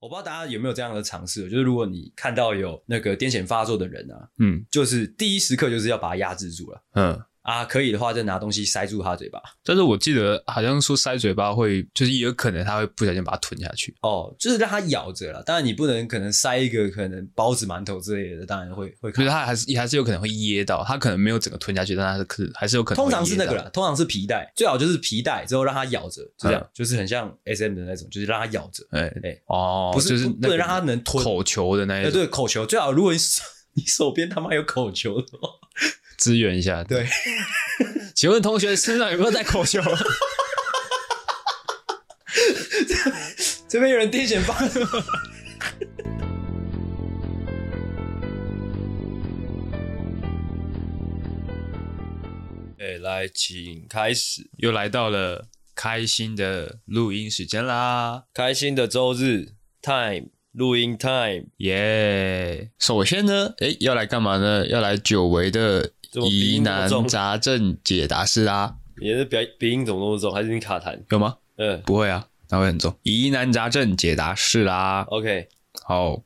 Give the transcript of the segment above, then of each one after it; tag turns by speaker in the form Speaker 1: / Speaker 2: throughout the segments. Speaker 1: 我不知道大家有没有这样的尝试，就是如果你看到有那个癫痫发作的人啊，
Speaker 2: 嗯
Speaker 1: 就是第一时刻就是要把他压制住了
Speaker 2: 嗯，
Speaker 1: 啊，可以的话就拿东西塞住他嘴巴。
Speaker 2: 但是我记得好像说塞嘴巴会，就是也有可能他会不小心把它吞下去。
Speaker 1: 哦，就是让它咬着了，当然你不能可能塞一个可能包子、馒头之类的，当然会会
Speaker 2: 可
Speaker 1: 卡
Speaker 2: 是。他还是也还是有可能会噎到，他可能没有整个吞下去，但他是可还是有可能
Speaker 1: 通
Speaker 2: 会噎到。
Speaker 1: 常是那个啦，通常是皮带，最好就是皮带之后让它咬着，就这样，
Speaker 2: 嗯
Speaker 1: 就是很像 S M 的那种，就是让它咬着，
Speaker 2: 哎、
Speaker 1: 哎
Speaker 2: 哦，
Speaker 1: 不是
Speaker 2: 就是
Speaker 1: 不
Speaker 2: 那
Speaker 1: 不
Speaker 2: 个
Speaker 1: 能让它能吞
Speaker 2: 口球的那一
Speaker 1: 哎，
Speaker 2: 种，
Speaker 1: 对，口球最好，如果你手你手边他妈有口球的话，
Speaker 2: 支援一下。
Speaker 1: 对，
Speaker 2: 请问同学身上有没有带 口球？
Speaker 1: 这边有人癫痫发作。
Speaker 2: 哎，来，请开始。又来到了开心的录音时间啦，
Speaker 3: 开心的周日 time 录音 time
Speaker 2: 耶、首先呢，哎，要来干嘛呢？要来久违的
Speaker 3: 怎么鼻
Speaker 2: 疑
Speaker 3: 音那么
Speaker 2: 难
Speaker 3: 重
Speaker 2: 杂症解答室啦，
Speaker 3: 也是鼻鼻音怎么那么重，还是你卡痰？
Speaker 2: 有吗？
Speaker 3: 嗯
Speaker 2: 不会啊，那会很重。疑难杂症解答室啦，
Speaker 3: ，OK，
Speaker 2: 好，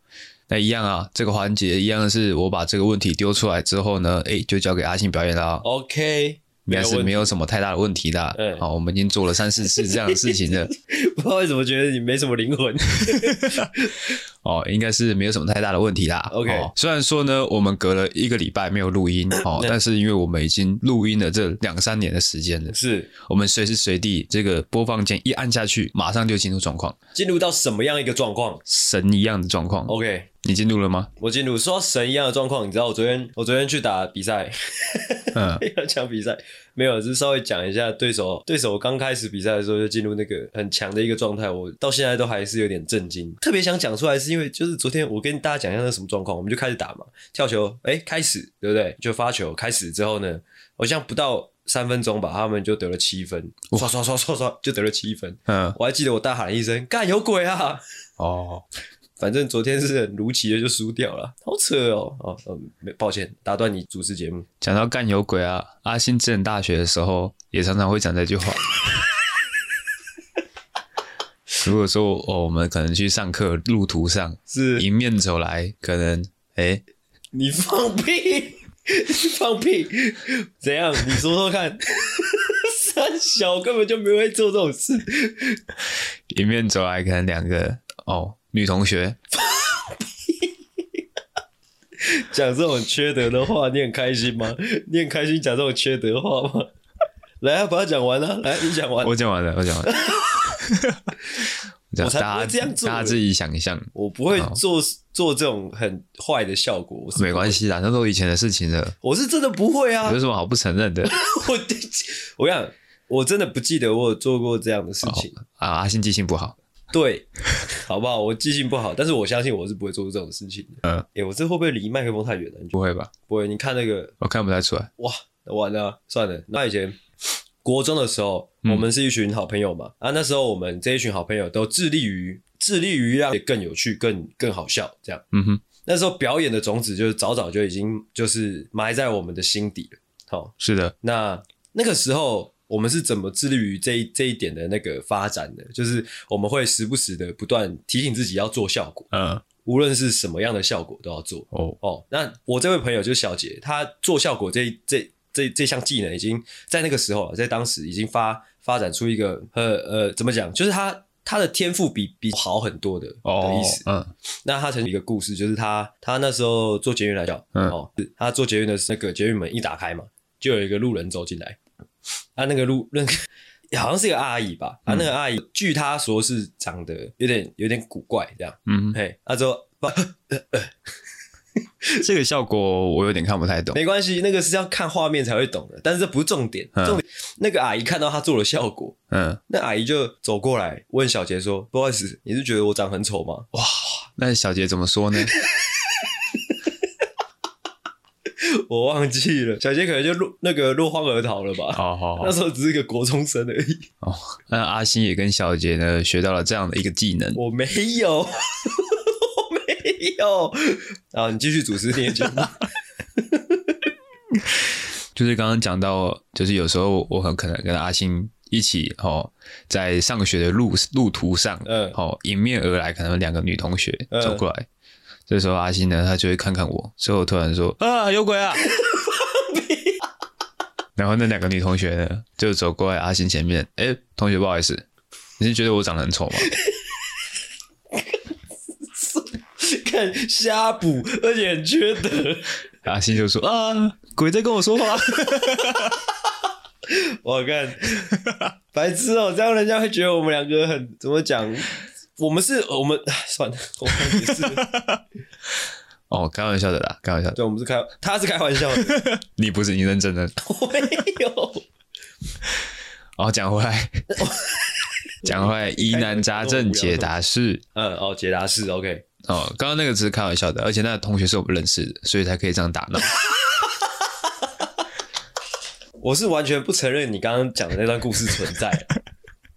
Speaker 2: 那一样啊，这个环节一样是我把这个问题丢出来之后呢，哎，就交给阿信表演啦。
Speaker 3: OK，
Speaker 2: 应该哦是没
Speaker 3: 有
Speaker 2: 有什么太大的问题的。啊
Speaker 3: 嗯
Speaker 2: 好，我们已经做了三四次这样的事情了。
Speaker 3: 问题， 不知道为什么觉得你没什么灵魂。
Speaker 2: 哦，应该是没有什么太大的问题啦。
Speaker 3: OK
Speaker 2: 哦虽然说呢，我们隔了一个礼拜没有录音，哦，但是因为我们已经录音了这两三年的时间 了，
Speaker 3: 是
Speaker 2: 我们随时随地这个播放键一按下去，马上就进入状况，
Speaker 3: 进入到什么样一个状况
Speaker 2: 神一样的状况。
Speaker 3: ？OK，
Speaker 2: 你进入 了吗？
Speaker 3: 我进入说到神一样的状况，你知道我昨天我昨天去打比赛，
Speaker 2: 嗯，
Speaker 3: 要讲比赛没有，只是稍微讲一下对手。对手刚开始比赛的时候就进入那个很强的一个状态，我到现在都还是有点震惊。特别想讲出来，是因为就是昨天我跟大家讲一下那什么状况，我们就开始打嘛，跳球，哎、开始，对不对？就发球开始之后呢，好像不到三分钟吧，他们就得了七分，刷刷刷刷刷就得了七分。
Speaker 2: 嗯，
Speaker 3: 我还记得我大喊了一声：“干有鬼啊！”
Speaker 2: 哦，
Speaker 3: 反正昨天是很如期的就输掉了，好扯哦！哦，嗯，没抱歉，打断你主持节目。
Speaker 2: 讲到干有鬼啊，阿信之前大学的时候也常常会讲这句话。 如果说哦，我们可能去上课路途上
Speaker 3: 是
Speaker 2: 迎面走来，可能哎，
Speaker 3: 你放屁！你放屁！ 怎样？你说说看。 三小根本就没会做这种事，
Speaker 2: 迎面走来可能两个哦女同学，
Speaker 3: 讲这种缺德的话，你很开心吗？你很开心讲这种缺德话吗？ 来啊，把它讲完啊！来，你讲完。
Speaker 2: 我讲完了，我讲完了。
Speaker 3: 我才不
Speaker 2: 大
Speaker 3: 会
Speaker 2: 家
Speaker 3: 这样做
Speaker 2: 大家自己想一想，
Speaker 3: 我不会做做这种很坏的效果，我是
Speaker 2: 没关系啦，那都以前的事情了，
Speaker 3: 我是真的不会啊！
Speaker 2: 有什么好不承认的？
Speaker 3: 我 我跟你讲，我真的不记得我有做过这样的事情。
Speaker 2: 啊，阿信记性不好，
Speaker 3: 对，好不好？我记性不好，但是我相信我是不会做出这种事情的。
Speaker 2: 嗯
Speaker 3: 哎、我这会不会离麦克风太远了？你觉得
Speaker 2: 不会吧？
Speaker 3: 不会？你看那个
Speaker 2: 我看不太出来。
Speaker 3: 哇，完了，算了。那以前国中的时候，
Speaker 2: 嗯
Speaker 3: 我们是一群好朋友嘛，啊，那时候我们这一群好朋友都致力于致力于让也更有趣、更更好笑这样。
Speaker 2: 嗯哼，
Speaker 3: 那时候表演的种子就是早早就已经就是埋在我们的心底了。好，
Speaker 2: 是的，
Speaker 3: 那那个时候我们是怎么致力于这一这一点的那个发展的？就是我们会时不时的不断提醒自己要做效果，
Speaker 2: 嗯，
Speaker 3: 无论是什么样的效果都要做。
Speaker 2: 哦，
Speaker 3: 哦，那我这位朋友就是小杰，她做效果这一这这这项技能已经在那个时候了，在当时已经发发展出一个呃呃怎么讲，就是她她的天赋比比好很多的、的意思。
Speaker 2: 嗯，
Speaker 3: 那他曾经有一个故事，就是他他那时候做捷运来讲，
Speaker 2: 嗯
Speaker 3: 哦，他做捷运的那个捷运门一打开嘛，就有一个路人走进来，啊，那个路那个好像是一个阿姨吧，
Speaker 2: 嗯
Speaker 3: 啊，那个阿姨据她说是长得有点有点古怪这样，
Speaker 2: 嗯，
Speaker 3: 嘿，她说不
Speaker 2: 这个效果我有点看不太懂。
Speaker 3: 没关系，那个是要看画面才会懂的，但是这不是重点，
Speaker 2: 嗯
Speaker 3: 重点那个阿姨看到他做了效果，
Speaker 2: 嗯，
Speaker 3: 那阿姨就走过来问小杰说：“不好意思，你是觉得我长很丑吗？”
Speaker 2: 那小杰怎么说呢？
Speaker 3: 我忘记了，小杰可能就落那个落荒而逃了吧。
Speaker 2: 好好
Speaker 3: 那时候只是一个国中生而已，
Speaker 2: 那阿星也跟小杰呢学到了这样的一个技能。
Speaker 3: 我没有， 我没有。啊，你继续主持你的节目。
Speaker 2: 就是刚刚讲到，就是有时候我很可能跟阿星一一起哦，在上学的路路途上，
Speaker 3: 嗯
Speaker 2: 哦，迎面而来，可能两个女同学
Speaker 3: 嗯
Speaker 2: 走过来。这时候阿星呢，他就会看看我，之后突然说：“啊，有鬼啊！” 然后那两个女同学呢，就走过来阿星前面，哎、同学不好意思，你是觉得我长得很丑吗？
Speaker 3: 看瞎补，而且很缺德。
Speaker 2: 阿星就说：“啊，鬼在跟我说话。
Speaker 3: 我看，白痴哦、这样人家会觉得我们两个很怎么讲？我们是我们算了，我看也是，”
Speaker 2: 哦，开玩笑的啦，开玩笑的，
Speaker 3: 对，我们是开，他是开玩笑的，
Speaker 2: 你不是你认真的。
Speaker 3: 我没有。
Speaker 2: 哦，讲回来，讲回来，疑难杂症解答是
Speaker 3: 嗯，哦，解答是 OK，
Speaker 2: 哦，刚刚那个只是开玩笑的，而且那个同学是我们认识的，所以才可以这样打闹。
Speaker 3: 我是完全不承认你刚刚讲的那段故事存在。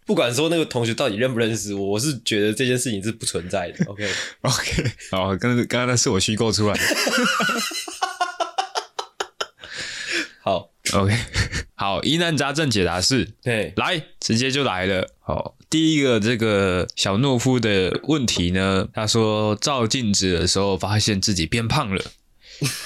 Speaker 3: 不管说那个同学到底认不认识我，我是觉得这件事情是不存在的。OK，
Speaker 2: OK，哦， 刚刚刚刚那是我虚构出来的。
Speaker 3: 好，
Speaker 2: OK，好， 疑难杂症解答是
Speaker 3: 对，
Speaker 2: 来，直接就来了。好，第一个这个小懦夫的问题呢，他说照镜子的时候发现自己变胖了，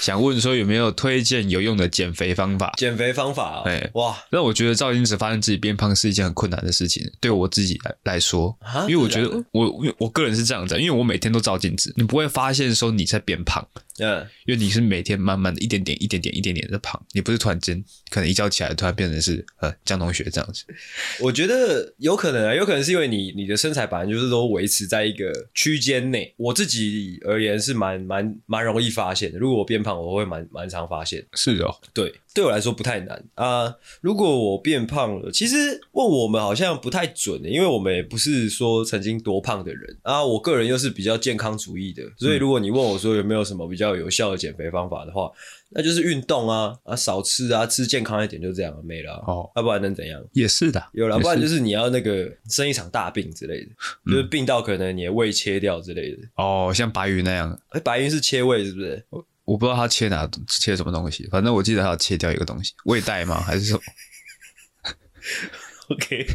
Speaker 2: 想问说有没有推荐有用的减肥方法？
Speaker 3: 减肥方法、哦
Speaker 2: 哎，
Speaker 3: 哇，
Speaker 2: 那我觉得照镜子发现自己变胖是一件很困难的事情，对我自己来来说
Speaker 3: 啊，
Speaker 2: 因为我
Speaker 3: 自
Speaker 2: 觉
Speaker 3: 然
Speaker 2: 得我我我个人是这样子，啊因为我每天都照镜子，你不会发现说你在变胖，
Speaker 3: 嗯，
Speaker 2: 因为你是每天慢慢的一点点、一点点、一点点在胖，你不是突然间可能一觉起来突然变成是呃江同学这样子。
Speaker 3: 我觉得有可能啊，有可能是因为你你的身材本来就是都维持在一个区间内。我自己而言是蛮蛮蛮容易发现的。如果我变胖，我会蛮蛮常发现。
Speaker 2: 是哦，
Speaker 3: 对，对我来说不太难啊、如果我变胖了，其实问我们好像不太准欸的，因为我们也不是说曾经多胖的人啊。我个人又是比较健康主义的，所
Speaker 2: 嗯
Speaker 3: 以如果你问我说有没有什么比较有效的减肥方法的话，那就是运动啊啊，少吃啊，吃健康一点就这样没了啊。
Speaker 2: 哦
Speaker 3: 要、不然能怎样？
Speaker 2: 也是嗯的，啊
Speaker 3: 有啦，不然就是是你要那个生一场大病之类的，就是病到可能你的胃切掉之类的。
Speaker 2: 哦，像白云那样，
Speaker 3: 哎、白云是切胃是不 是？
Speaker 2: 我不知道他切哪切什么东西，反正我记得他有切掉一个东西，胃带吗？还是什么？
Speaker 3: OK，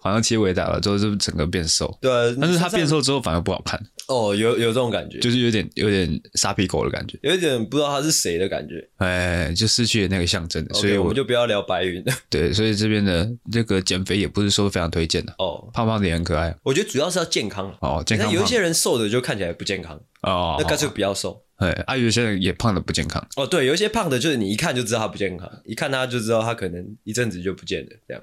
Speaker 2: 好像切胃带了之后就整个变瘦，
Speaker 3: 对啊，
Speaker 2: 但是他
Speaker 3: 身上
Speaker 2: 变瘦之后反而不好看，
Speaker 3: 哦，有有这种感觉，
Speaker 2: 就是有点有点沙皮狗的感觉。
Speaker 3: 有一点不知道他是谁的感觉。
Speaker 2: 哎，就失去了那个象征了
Speaker 3: OK，
Speaker 2: 所以
Speaker 3: 我
Speaker 2: 我
Speaker 3: 们就不要聊白云
Speaker 2: 对，所以这边的这个减肥也不是说非常推荐的，
Speaker 3: 哦。
Speaker 2: 胖胖的也很可爱
Speaker 3: 我觉得主要是要健康啊，
Speaker 2: 哦，健康
Speaker 3: 那
Speaker 2: 胖
Speaker 3: 有一些人瘦的就看起来不健康，
Speaker 2: 哦，
Speaker 3: 那干脆不要瘦。
Speaker 2: 哎，啊，有些人也胖的不健康，
Speaker 3: 哦，对，有一些胖的，就是你一看就知道他不健康，一看他就知道他可能一阵子就不见了这 样。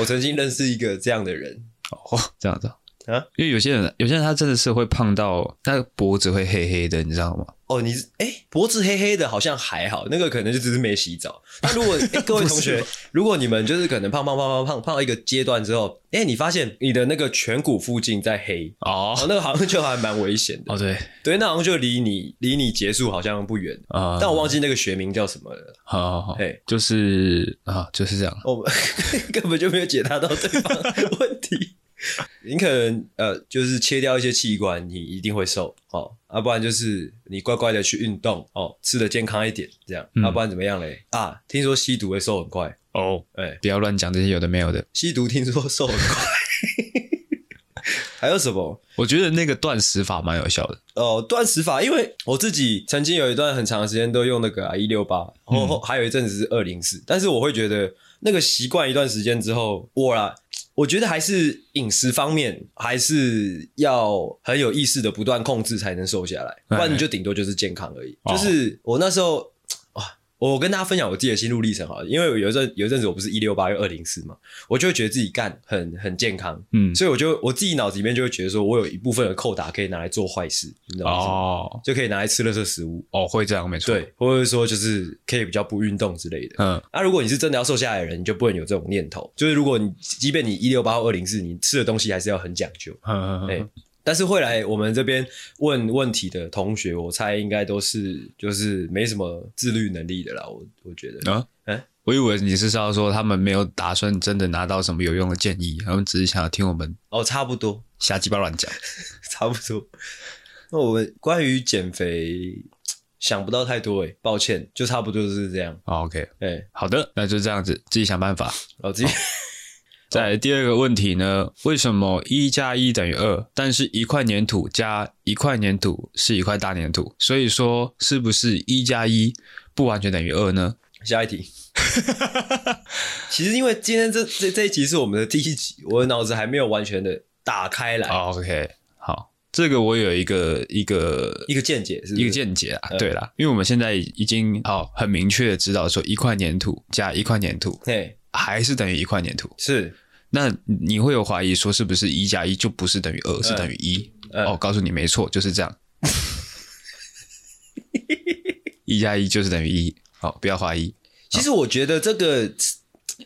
Speaker 3: 我曾经认识一个这样的人，
Speaker 2: 哦，这样子
Speaker 3: 啊，
Speaker 2: 因为有些人有些人他真的是会胖到他脖子会黑黑的，你知道吗？
Speaker 3: 哦，你哎、脖子黑黑的，好像还好，那个可能就只是没洗澡。那如果、 诶各位同学，如果你们就是可能胖胖胖胖胖胖到一个阶段之后，哎、你发现你的那个颧骨附近在黑，
Speaker 2: 哦
Speaker 3: 哦，那个好像就还蛮危险的。
Speaker 2: 哦对
Speaker 3: 对，那好像就离你离你结束好像不远，
Speaker 2: 啊，
Speaker 3: 但我哎忘记那个学名叫什么了。
Speaker 2: 好好好
Speaker 3: 嘿，
Speaker 2: 就是啊就是这样，
Speaker 3: 我们 根本就没有解答到对方的 问题。你可能呃，就是切掉一些器官，你一定会瘦哦，要、不然就是你乖乖的去运动哦，吃的健康一点，这样，要、
Speaker 2: 嗯
Speaker 3: 不然怎么样嘞？啊，听说吸毒会瘦很快，
Speaker 2: 哦，
Speaker 3: 哎、
Speaker 2: 不要乱讲这些有的没有的。
Speaker 3: 吸毒听说瘦很快， 还有什么？
Speaker 2: 我觉得那个断食法蛮有效的，
Speaker 3: 哦，断食法，因为我自己曾经有一段很长的时间都用那个啊一六八，然后后还有一阵子是二零四，但是我会觉得那个习惯一段时间之后，我啦，我觉得还是饮食方面还是要很有意识的不断控制才能瘦下来，不然你就顶多就是健康而已。
Speaker 2: 哦
Speaker 3: 就是我那时候。哇，我跟大家分享我自己的心路历程好了，因为有一阵有一阵子我不是一六八又二零四嘛，我就会觉得自己干很很健康，
Speaker 2: 嗯，
Speaker 3: 所以我就我自己脑子里面就会觉得说，我有一部分的扣打可以拿来做坏事，你知道吗？
Speaker 2: 哦
Speaker 3: 就可以拿来吃垃圾食物，
Speaker 2: 哦会这样没错，，
Speaker 3: 对，或者说就是可以比较不运动之类的。
Speaker 2: 嗯
Speaker 3: 那、如果你是真的要瘦下来的人，你就不能有这种念头。就是如果你即便你一六八或二零四，你吃的东西还是要很讲究。
Speaker 2: 嗯嗯
Speaker 3: 哎、
Speaker 2: 嗯，
Speaker 3: 但是会来我们这边问问题的同学，我猜应该都是就是没什么自律能力的啦。我我觉得，
Speaker 2: 啊
Speaker 3: 哎？
Speaker 2: 我以为你是要说他们没有打算真的拿到什么有用的建议，他们只是想要听我们
Speaker 3: 哦，差不多，
Speaker 2: 瞎鸡巴乱讲。
Speaker 3: 差不多。那我们关于减肥想不到太多诶、欸抱歉，就差不多就是这样。
Speaker 2: 哦 OK，
Speaker 3: 哎、
Speaker 2: 好的，那就这样子，自己想办法。
Speaker 3: 老自己
Speaker 2: 再来第二个问题呢，为什么一加一等于二，但是一块粘土加一块粘土是一块大粘土？所以说，是不是一加一不完全等于二呢？
Speaker 3: 下一题。其实因为今天这这这一集是我们的第一集，我的脑子还没有完全的打开来，
Speaker 2: o k 哦好，这个我有一个一个
Speaker 3: 一个见解是不是
Speaker 2: 一个见解啊，对啦，因为我们现在已经好很明确的知道说一块粘土加一块粘土
Speaker 3: 嘿
Speaker 2: 还是等于一块粘土，
Speaker 3: 是
Speaker 2: 那你会有怀疑说是不是一加一就不是等于二，是等于一、
Speaker 3: 嗯
Speaker 2: 哦，告诉你没错，就是这 样。一加一就是等于一，好，不要怀疑。
Speaker 3: 其实我觉得这个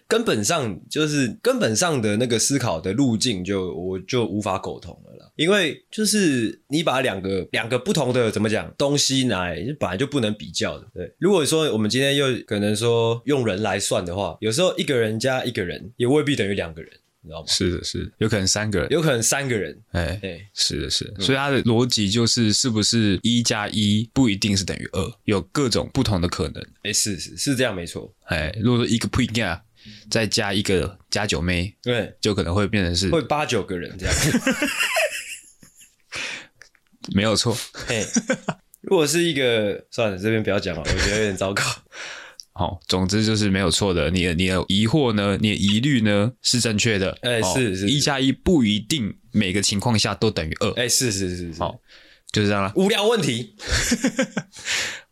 Speaker 3: 根本上就是根本上的那个思考的路径就，我就无法苟同了啦。因为就是你把两个两个不同的怎么讲东西拿来，本来就不能比较的。对，如果说我们今天又可能说用人来算的话，有时候一个人加一个人也未必等于两个人，你知道吗？
Speaker 2: 是的，是的，有可能三个人，
Speaker 3: 有可能三个人，
Speaker 2: 哎，
Speaker 3: 哎、
Speaker 2: 是的，是的。所以它的逻辑就是，是不是一加一不一定是等于二，有各种不同的可能。
Speaker 3: 哎、是是是这样没错，
Speaker 2: 哎，如果说一个 p i a 再加一个加九妹，
Speaker 3: 对，
Speaker 2: 就可能会变成是
Speaker 3: 会八九个人这样。
Speaker 2: 没有错。
Speaker 3: 嘿，如果是一个算了，这边不要讲了，我觉得有点糟糕。
Speaker 2: 好、总之就是没有错的。你的你的疑惑呢，你的疑虑呢是正确的。
Speaker 3: 哎
Speaker 2: 哦
Speaker 3: 是是
Speaker 2: 一加一不一定每个情况下都等于二、
Speaker 3: 哎、是是是是，
Speaker 2: 好就是这样啦。
Speaker 3: 无聊问题。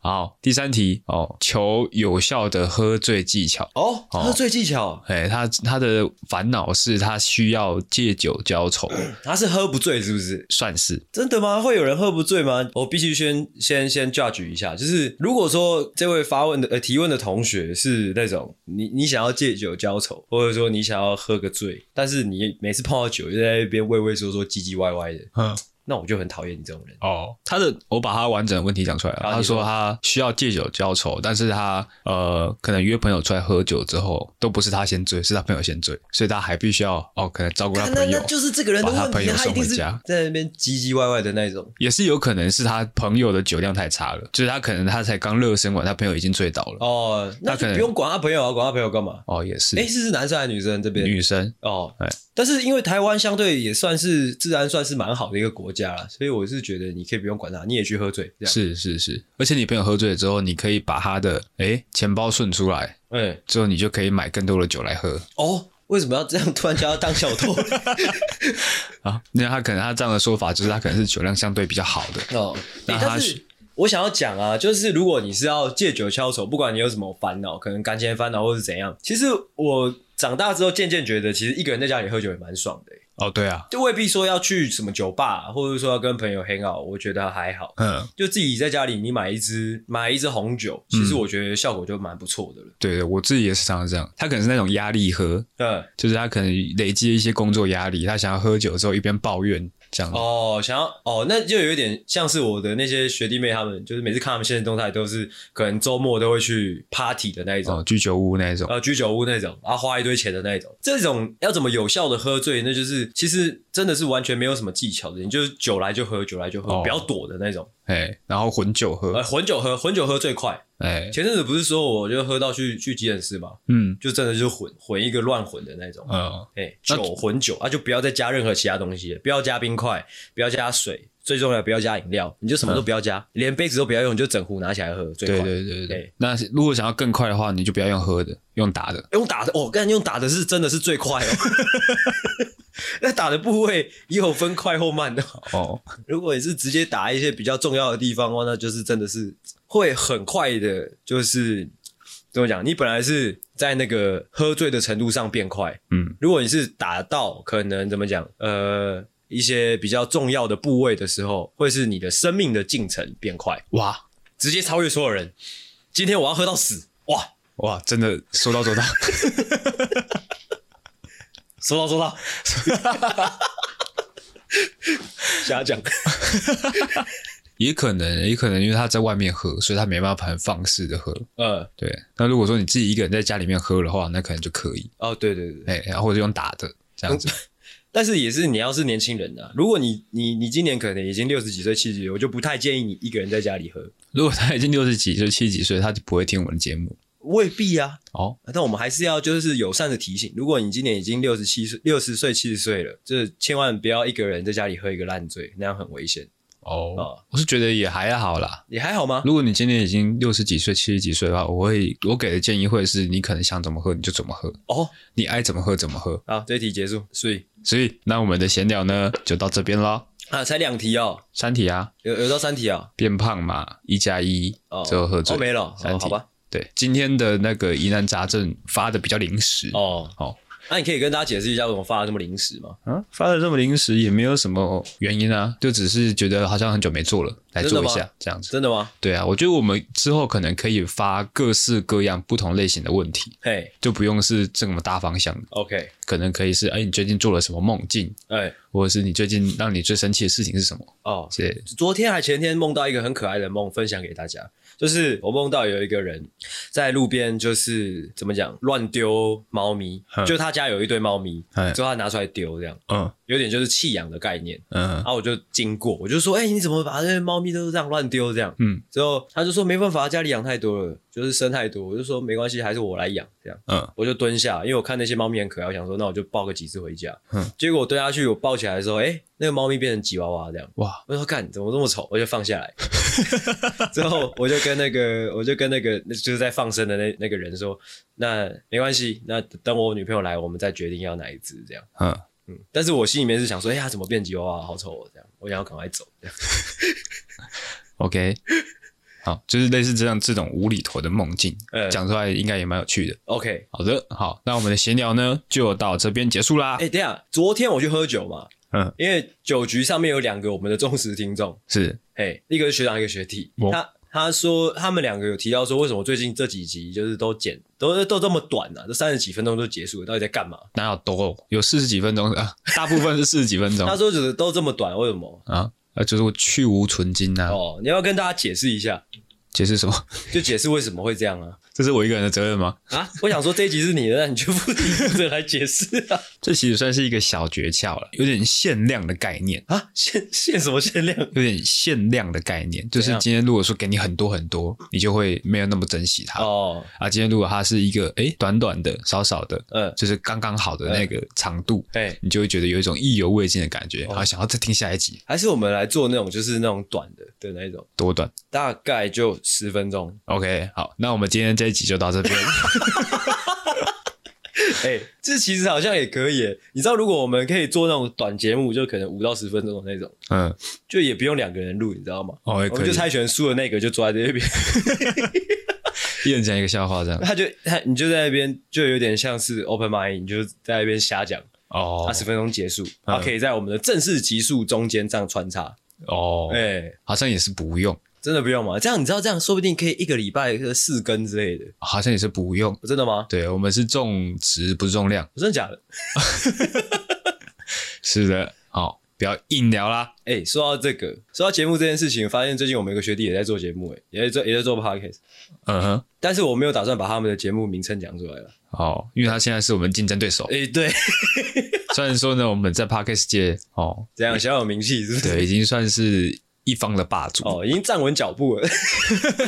Speaker 2: 好，第三题哦，求有效的喝醉技巧。
Speaker 3: 哦，
Speaker 2: 哦
Speaker 3: 喝醉技巧，
Speaker 2: 哎，他他的烦恼是他需要借酒 浇愁，
Speaker 3: 他是喝不醉是不是？
Speaker 2: 算是
Speaker 3: 真的吗？会有人喝不醉吗？我必须先先先 judge 一下，就是如果说这位发问的呃提问的同学是那种你你想要借酒浇愁，或者说你想要喝个醉，但是你每次碰到酒就在那边畏畏缩缩、唧唧歪歪的，
Speaker 2: 嗯
Speaker 3: 那我就很讨厌你这种人。
Speaker 2: 哦。他的我把他完整的问题讲出来了。
Speaker 3: 好
Speaker 2: 他
Speaker 3: 你说
Speaker 2: 说他需要借酒浇愁，但是他呃可能约朋友出来喝酒之后，都不是他先醉，是他朋友先醉，所以他还必须要哦可能照顾他
Speaker 3: 那
Speaker 2: 朋友
Speaker 3: 那。就是这个人的
Speaker 2: 把他
Speaker 3: 问
Speaker 2: 朋
Speaker 3: 题，
Speaker 2: 友
Speaker 3: 他一定
Speaker 2: 送回
Speaker 3: 是
Speaker 2: 家
Speaker 3: 在那边唧唧歪歪的那种。
Speaker 2: 也是有可能是他朋友的酒量太差了，就是他可能他才刚热身完，他朋友已经醉倒了。哦，
Speaker 3: 哦，那
Speaker 2: 他可
Speaker 3: 就
Speaker 2: 能
Speaker 3: 不用管他朋友啊，管他朋友干嘛？
Speaker 2: 也是，
Speaker 3: 哎、是是男生还是女生这边？
Speaker 2: 女生
Speaker 3: 哦，
Speaker 2: 哎
Speaker 3: 但是因为台湾相对也算是治安算是蛮好的一个国家啦，所以我是觉得你可以不用管他，你也去喝醉这样。，
Speaker 2: 是是是，而且你朋友喝醉了之后，你可以把他的哎钱包顺出来，
Speaker 3: 哎、
Speaker 2: 之后你就可以买更多的酒来喝
Speaker 3: 哦，为什么要这样突然叫他当小 偷？
Speaker 2: 啊。那他可能他这样的说法就是他可能是酒量相对比较好的，
Speaker 3: 哦，
Speaker 2: 那
Speaker 3: 欸、
Speaker 2: 他
Speaker 3: 但
Speaker 2: 是
Speaker 3: 是我想要讲啊，就是如果你是要借酒消愁，不管你有什么烦恼，可能感情烦恼或是怎样，其实我长大之后渐渐觉得，其实一个人在家里喝酒也蛮爽的欸、
Speaker 2: 哦，对啊，
Speaker 3: 就未必说要去什么酒吧，啊或者说要跟朋友 hang out，我觉得还好。
Speaker 2: 嗯，
Speaker 3: 就自己在家里，你买一支买一支红酒，其
Speaker 2: 嗯
Speaker 3: 实我觉得效果就蛮不错的了。
Speaker 2: 对对，我自己也是常常这样。他可能是那种压力喝，
Speaker 3: 嗯，
Speaker 2: 就是他可能累积一些工作压力，他想要喝酒之后一边抱怨这样子。
Speaker 3: 哦，想要哦，那就有一点像是我的那些学弟妹，他们就是每次看他们现实动态，都是可能周末都会去 party 的那一种，
Speaker 2: 哦，居酒屋那一种，
Speaker 3: 呃，居酒屋那种，然后花一堆钱的那一种。这种要怎么有效的喝醉，那就是其实真的是完全没有什么技巧的，你就是酒来就喝，酒来就喝，
Speaker 2: 哦
Speaker 3: 不要躲的那种。
Speaker 2: 哎，然后混酒喝
Speaker 3: 呃，，混酒喝，混酒喝最快。
Speaker 2: 哎，
Speaker 3: 前阵子不是说我就喝到去去急诊室嘛，
Speaker 2: 嗯，
Speaker 3: 就真的就是混混一个乱混的那种。
Speaker 2: 嗯，
Speaker 3: 哎、
Speaker 2: 那
Speaker 3: 酒混酒啊，就不要再加任何其他东西了，不要加冰块，不要加水，最重要的不要加饮料，你就什么都不要加，连杯子都不要用，你就整壶拿起来喝，最
Speaker 2: 嗯对
Speaker 3: 快。
Speaker 2: 对对对
Speaker 3: 对。
Speaker 2: 那如果想要更快的话，你就不要用喝的，用打的。
Speaker 3: 用打的，哦，干用打的是真的是最快哦。 那打的部位也有分快或慢的哦，
Speaker 2: 哦，
Speaker 3: 如果你是直接打一些比较重要的地方的话，那就是真的是会很快的，就是怎么讲？你本来是在那个喝醉的程度上变快，
Speaker 2: 嗯，
Speaker 3: 如果你是打到可能怎么讲，呃，一些比较重要的部位的时候，会是你的生命的进程变快，
Speaker 2: 哇
Speaker 3: 直接超越所有人。今天我要喝到死，哇！
Speaker 2: 哇，真的说到做到。
Speaker 3: 收到收到，瞎讲。
Speaker 2: 也可能，也可能因为他在外面喝，所以他没办法很放肆的喝。
Speaker 3: 呃，
Speaker 2: 对，那如果说你自己一个人在家里面喝的话，那可能就可以，
Speaker 3: 哦，对对对，
Speaker 2: 哎，然后或者用打的这样子。
Speaker 3: 但是也是你要是年轻人啊，如果你你你今年可能已经六十几岁、七十几岁，我就不太建议你一个人在家里喝。
Speaker 2: 如果他已经六十几岁、七十几岁，他就不会听我们的节目。
Speaker 3: 未必啊，
Speaker 2: 哦，
Speaker 3: 但我们还是要就是友善的提醒，如果你今年已经六十七岁、六十岁、七十岁了，就是千万不要一个人在家里喝一个烂醉，那样很危险。
Speaker 2: 哦
Speaker 3: 哦，
Speaker 2: 我是觉得也还好啦。
Speaker 3: 你还好吗？
Speaker 2: 如果你今年已经六十几岁、七十几岁的话，我会我给的建议会是你可能想怎么喝你就怎么喝，
Speaker 3: 哦，
Speaker 2: 你爱怎么喝怎么喝。
Speaker 3: 好，这一题结束，所以
Speaker 2: 所以，那我们的闲聊呢就到这边咯。
Speaker 3: 啊，才两题哦，
Speaker 2: 三题啊，
Speaker 3: 有有到三题啊、
Speaker 2: 变胖嘛，一加一
Speaker 3: 哦，
Speaker 2: 之后喝醉、
Speaker 3: 哦没了，
Speaker 2: 三
Speaker 3: 哦
Speaker 2: 题
Speaker 3: 好吧，
Speaker 2: 对，今天的那个疑难杂症发的比较临时哦。
Speaker 3: 哦，那你可以跟大家解释一下为什么发的这么临时吗？
Speaker 2: 嗯，发的这么临时也没有什么原因啊，就只是觉得好像很久没做了，来
Speaker 3: 真的
Speaker 2: 做一
Speaker 3: 吗
Speaker 2: 下这样子。
Speaker 3: 真的吗？
Speaker 2: 对啊，我觉得我们之后可能可以发各式各样不同类型的问题，
Speaker 3: 嘿
Speaker 2: 就不用是这么大方向的，
Speaker 3: ，OK，
Speaker 2: 可能可以是哎，你最近做了什么梦境，
Speaker 3: 哎、
Speaker 2: 或者是你最近让你最生气的事情是什么？
Speaker 3: 哦，
Speaker 2: 这些
Speaker 3: 昨天还前天梦到一个很可爱的梦，分享给大家。就是我梦到有一个人在路边，就是怎么讲，乱丢猫咪
Speaker 2: 嗯，
Speaker 3: 就他家有一堆猫咪
Speaker 2: 嗯，
Speaker 3: 之后他拿出来丢，这样
Speaker 2: 嗯
Speaker 3: 有点就是弃养的概念。
Speaker 2: 嗯
Speaker 3: 然后我就经过，我就说：“哎、你怎么把这些猫咪都这样乱丢？”这样，
Speaker 2: 嗯
Speaker 3: 之后他就说：“没办法，家里养太多了，就是生太多。”我就说：“没关系，还是我来养。”这样，
Speaker 2: 嗯
Speaker 3: 我就蹲下，因为我看那些猫咪很可爱，我想说那我就抱个几只回家。
Speaker 2: 嗯
Speaker 3: 结果我蹲下去，我抱起来的时候，哎、那个猫咪变成吉娃娃这样。
Speaker 2: 哇，
Speaker 3: 我就说干，怎么这么丑？我就放下来。 之后我就跟那个，我就跟那个就是在放生的那那个人说，那没关系，那等我女朋友来，我们再决定要哪一只这样。
Speaker 2: 嗯，
Speaker 3: 嗯，但是我心里面是想说，哎、呀，怎么变吉娃娃，好丑、哦，这样，我想要赶快走。这样
Speaker 2: OK，好，就是类似这样这种无厘头的梦境，
Speaker 3: 嗯
Speaker 2: 讲出来应该也蛮有趣的。
Speaker 3: OK，
Speaker 2: 好的，好，那我们的闲聊呢就到这边结束啦
Speaker 3: 哎、。等一下，昨天我去喝酒嘛，
Speaker 2: 嗯，
Speaker 3: 因为酒局上面有两个我们的忠实听众，
Speaker 2: 是，
Speaker 3: 哎，一个是学长，一个学弟
Speaker 2: 哦。
Speaker 3: 他他说他们两个有提到说，为什么最近这几集就是都剪都都这么短呢、啊？这三十几分钟就结束了，到底在干嘛？
Speaker 2: 哪有多？有四十几分钟啊，大部分是四十几分 钟
Speaker 3: 他说只是都这么短，为什么？
Speaker 2: 啊，呃，就是我去无存精呐、啊。
Speaker 3: 哦，你要不要跟大家解释一下，
Speaker 2: 解释什么？
Speaker 3: 就解释为什么会这样 啊？
Speaker 2: 这是我一个人的责任吗？
Speaker 3: 啊，我想说这一集是你的，那你就负你负责来解释 啊！
Speaker 2: 这其实算是一个小诀窍了，有点限量的概念，
Speaker 3: 啊，限限什么限量？
Speaker 2: 有点限量的概念，就是
Speaker 3: 怎样
Speaker 2: 今天如果说给你很多很多，你就会没有那么珍惜它。
Speaker 3: 哦，
Speaker 2: 啊，今天如果它是一个诶短短的、少少的，
Speaker 3: 嗯，
Speaker 2: 就是刚刚好的那个长度，
Speaker 3: 哎、
Speaker 2: 你就会觉得有一种意犹未尽的感觉，
Speaker 3: 哦
Speaker 2: 好想要再听下一集，
Speaker 3: 还是我们来做那种就是那种短的的那一种，
Speaker 2: 多短
Speaker 3: 大概就十分钟。
Speaker 2: ？OK，好，那我们今天这一集就到这边。
Speaker 3: 哎、这其实好像也可以耶。你知道，如果我们可以做那种短节目，就可能五到十分钟的那种，
Speaker 2: 嗯，
Speaker 3: 就也不用两个人录，你知道吗？
Speaker 2: 哦，也
Speaker 3: 我
Speaker 2: 可
Speaker 3: 们
Speaker 2: 以
Speaker 3: 就，猜拳输的那个就坐在这边，
Speaker 2: 一人讲一个笑话这样。
Speaker 3: 他就他你就在那边，就有点像是 open mind，你就在那边瞎讲，
Speaker 2: 哦
Speaker 3: 二十分钟结束，他可以在我们的正式集数中间这样穿插。
Speaker 2: 哦，
Speaker 3: 哎、
Speaker 2: 好像也是不用，
Speaker 3: 真的不用吗？这样你知道，这样说不定可以一个礼拜呃四更之类的，
Speaker 2: 好像也是不用。
Speaker 3: 真的吗？
Speaker 2: 对我们是重质不重量，
Speaker 3: 真的假的？
Speaker 2: 是的，好、不要硬聊啦。
Speaker 3: 哎、说到这个，说到节目这件事情，发现最近我们有个学弟也在做节目、哎，也在做也在做 podcast，
Speaker 2: 嗯哼，
Speaker 3: 但是我没有打算把他们的节目名称讲出来了。
Speaker 2: 哦，因为他现在是我们竞争对手
Speaker 3: 哎、，对，
Speaker 2: 虽然说呢，我们在 podcast 界哦，
Speaker 3: 这样小有名气是不是？
Speaker 2: 对，已经算是一方的霸主。
Speaker 3: 哦，已经站稳脚步了。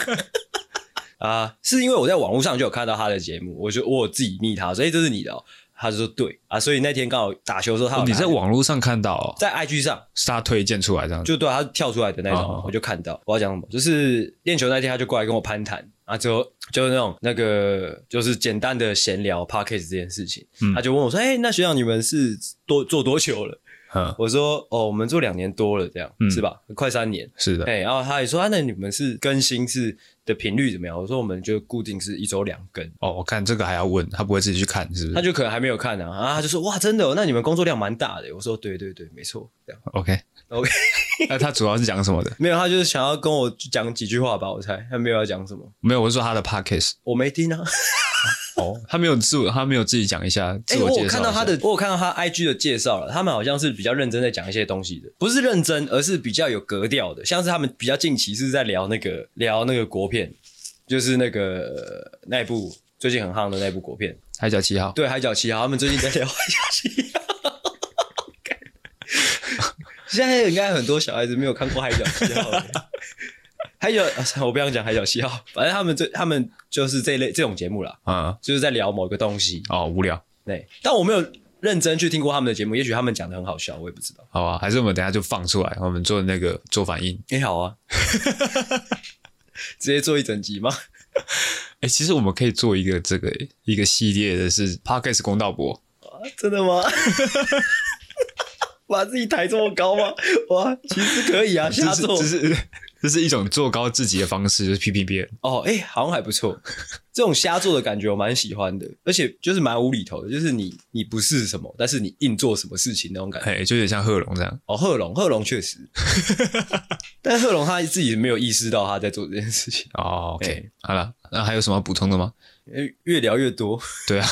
Speaker 3: 啊，是因为我在网络上就有看到他的节目，我就我有自己密他说，哎、这是你的哦，他就说对啊，所以那天刚好打球的时候他有
Speaker 2: 哦
Speaker 3: 拿、
Speaker 2: 你在网络上看到、哦，
Speaker 3: 在 IG 上
Speaker 2: 是他推荐出来这样子。
Speaker 3: 就对啊他跳出来的那种，
Speaker 2: 哦
Speaker 3: 我就看到我要讲什么，就是练球那天他就过来跟我攀谈啊，之后就是那种那个就是简单的闲聊 p a c k a g e 这件事情，
Speaker 2: 嗯
Speaker 3: 他就问我说，哎、那学长你们是多做多久了？
Speaker 2: 嗯，
Speaker 3: 我说哦，我们做两年多了，这样、
Speaker 2: 嗯
Speaker 3: 是吧？快三年。
Speaker 2: 是的，
Speaker 3: 哎、然后他也说、啊，那你们是更新是的频率怎么样？我说我们就固定是一周两更。
Speaker 2: 哦，我看这个还要问，他不会自己去看是不
Speaker 3: 他
Speaker 2: 是
Speaker 3: 就可能还没有看啊，啊，他就说哇，真的、哦，那你们工作量蛮大的。我说对对对，没错，这样
Speaker 2: ？OK
Speaker 3: OK
Speaker 2: 那他主要是讲什么的？
Speaker 3: 没有，他就是想要跟我讲几句话吧，我猜他没有要讲什么，
Speaker 2: 没有，我是说他的 podcast
Speaker 3: 我没听啊。
Speaker 2: 哦，他没有自我，他没有自己讲一下
Speaker 3: 哎、
Speaker 2: 自我
Speaker 3: 我
Speaker 2: 介绍一下。
Speaker 3: 有看到他的，我有看到他 IG 的介绍了，他们好像是比较认真在讲一些东西的，不是认真，而是比较有格调的，像是他们比较近期是在聊那个聊那个国片，就是那个呃那一部最近很夯的那部国片，
Speaker 2: 海角七号，
Speaker 3: 对《海角七号》，他们最近在聊《海角七号》。现在应该很多小孩子没有看过《海角七号》的， 海角，我不想讲海角七号，反正他们这他们就是这一类这种节目啦，
Speaker 2: 啊、
Speaker 3: 就是在聊某个东西。
Speaker 2: 哦，无聊，
Speaker 3: 对，但我没有认真去听过他们的节目，也许他们讲的很好笑，我也不知道。
Speaker 2: 好吧，还是我们等一下就放出来，我们做那个做反应。
Speaker 3: 也、好啊， 直接做一整集吗？
Speaker 2: 哎、其实我们可以做一个这个一个系列的是 podcast 公道博，
Speaker 3: 真的吗？ 把自己抬这么高吗？哇，其实可以 啊，
Speaker 2: 这
Speaker 3: 下
Speaker 2: 是
Speaker 3: 周
Speaker 2: 这是这是一种做高自己的方式，就是批评别人。
Speaker 3: 哦，哎、好像还不错。 这种瞎做的感觉我蛮喜欢的，而且就是蛮无厘头的，就是你你不是什么，但是你硬做什么事情那种感 觉。
Speaker 2: 哎，就有点像贺龙这样。
Speaker 3: 哦，贺龙，贺龙确实， 但贺龙他自己没有意识到他在做这件事情。
Speaker 2: 哦，OK，
Speaker 3: 哎
Speaker 2: 好了，那还有什么要补充的吗？
Speaker 3: 诶越聊越多，
Speaker 2: 对啊，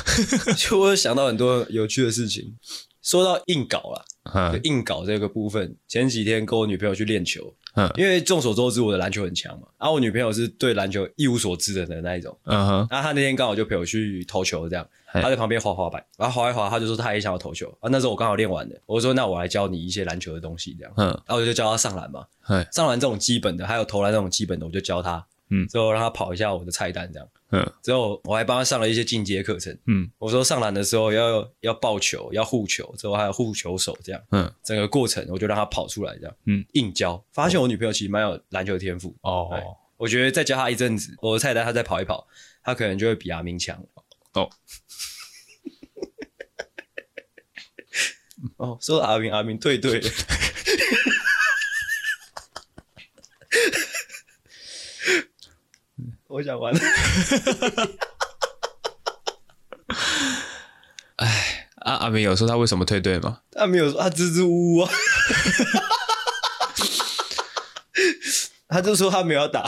Speaker 3: 就我想到很多有趣的事情。说到硬搞啦，就
Speaker 2: 嗯
Speaker 3: 硬搞这个部分，前几天跟我女朋友去练球，
Speaker 2: 嗯
Speaker 3: 因为众所周知我的篮球很强嘛，啊然、后我女朋友是对篮球一无所知的人那一种，
Speaker 2: 嗯哼，
Speaker 3: 那她那天刚好就陪我去投球，这样，
Speaker 2: 嘿
Speaker 3: 她在旁边滑滑板，然后滑一滑，她就说她也想要投球，啊，那时候我刚好练完的，我说那我来教你一些篮球的东西，这样，
Speaker 2: 嗯
Speaker 3: 然后我就教她上篮嘛，
Speaker 2: 嘿
Speaker 3: 上篮这种基本的，还有投篮这种基本的，我就教她，
Speaker 2: 嗯
Speaker 3: 之后让她跑一下我的菜单，这样，
Speaker 2: 嗯
Speaker 3: 之后我还帮她上了一些进阶课程，
Speaker 2: 嗯
Speaker 3: 我说上篮的时候要要抱球，要护球，之后还有护球手这样。
Speaker 2: 嗯，
Speaker 3: 整个过程我就让他跑出来，这样，
Speaker 2: 嗯
Speaker 3: 嗯，硬教。发现我女朋友其实蛮有篮球天赋，哎
Speaker 2: 哦
Speaker 3: 我觉得再教她一阵子，我的菜单她再跑一跑，她可能就会比阿明强。
Speaker 2: 哦，
Speaker 3: 哦，说到阿明，阿明对对了， 我想完了。
Speaker 2: 啊，阿明有说他为什么退队吗？
Speaker 3: 他没有说他支支吾吾啊， 他就说他没有要打。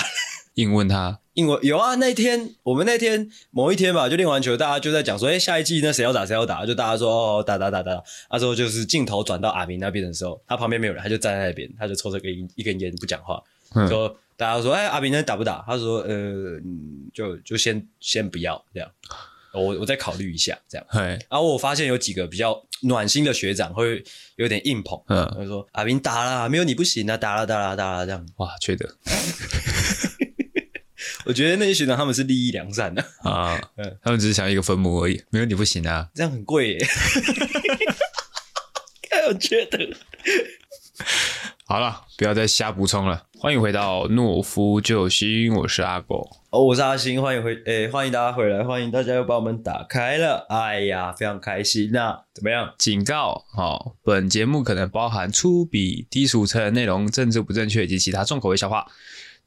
Speaker 2: 硬问他，
Speaker 3: 因为有啊，那天我们那天某一天吧，就练完球，大家就在讲说，哎、下一季那谁要打谁要打，就大家说哦打打打打打。那时候就是镜头转到阿明那边的时候，他旁边没有人，他就站在那边，他就抽着根一根烟不讲话。
Speaker 2: 嗯
Speaker 3: 说大家说，哎、阿明那打不打？他说，呃，嗯就就先先不要这样，我我再考虑一下这样。
Speaker 2: 嘿，
Speaker 3: 然后我发现有几个比较暖心的学长会有点硬捧，
Speaker 2: 嗯，
Speaker 3: 他说阿明打啦，没有你不行啊，打啦打啦打啦这样。
Speaker 2: 哇，缺德
Speaker 3: 我觉得那些学长他们是利益良善的、
Speaker 2: 啊
Speaker 3: 嗯，
Speaker 2: 他们只是想要一个分母而已，没有你不行啊。
Speaker 3: 这样很贵耶。 看我觉得
Speaker 2: 好了，不要再瞎补充了。欢迎回到懦夫救星，我是阿狗。
Speaker 3: 哦，我是阿星，欢迎回，诶、欢迎大家回来，欢迎大家又把我们打开了，哎呀，非常开心呐、怎么样？
Speaker 2: 警告：好，本节目可能包含粗鄙、低俗、成人内容、政治不正确以及其他重口味笑话，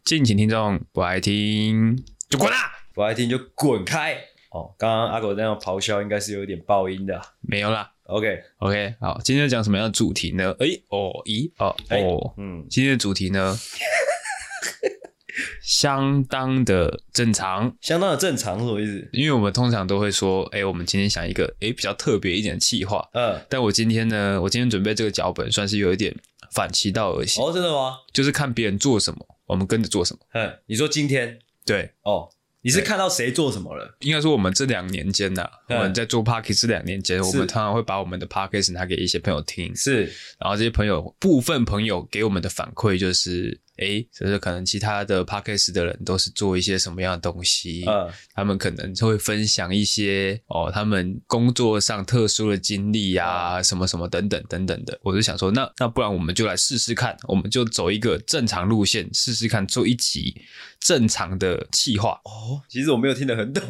Speaker 2: 敬请听众不爱听就滚啦。
Speaker 3: 不爱听就滚开。哦，刚刚阿狗那样咆哮，应该是有点爆音的。啊
Speaker 2: 没有啦。
Speaker 3: OK，
Speaker 2: OK，好，今天讲什么样的主题呢？哎、哦，咦，哦，
Speaker 3: 哎
Speaker 2: 哦，
Speaker 3: 嗯，
Speaker 2: 今天的主题呢，相当的正常，
Speaker 3: 相当的正常，是什么意思？
Speaker 2: 因为我们通常都会说，哎、我们今天想一个哎、比较特别一点的企划，
Speaker 3: 嗯，
Speaker 2: 但我今天呢，我今天准备这个脚本算是有一点反其道而行，
Speaker 3: 哦，真的吗？
Speaker 2: 就是看别人做什么，我们跟着做什么。
Speaker 3: 嗯，你说今天
Speaker 2: 对，
Speaker 3: 哦，你是
Speaker 2: 对
Speaker 3: 看到谁做什么了？
Speaker 2: 应该说我们这两年间呢、我
Speaker 3: 嗯
Speaker 2: 们在做 p a c k a g e 这两年间，我们
Speaker 3: 是
Speaker 2: 常常会把我们的 p a c k a g e 拿给一些朋友听，
Speaker 3: 是
Speaker 2: 然后这些朋友部分朋友给我们的反馈就是，诶，就是可能其他的 podcast 的人都是做一些什么样的东西，
Speaker 3: 嗯
Speaker 2: 他们可能就会分享一些哦，他们工作上特殊的经历啊，什么什么等等等等的。我就想说，那那不然我们就来试试看，我们就走一个正常路线试试看，做一集正常的企划。
Speaker 3: 哦，其实我没有听得很 懂。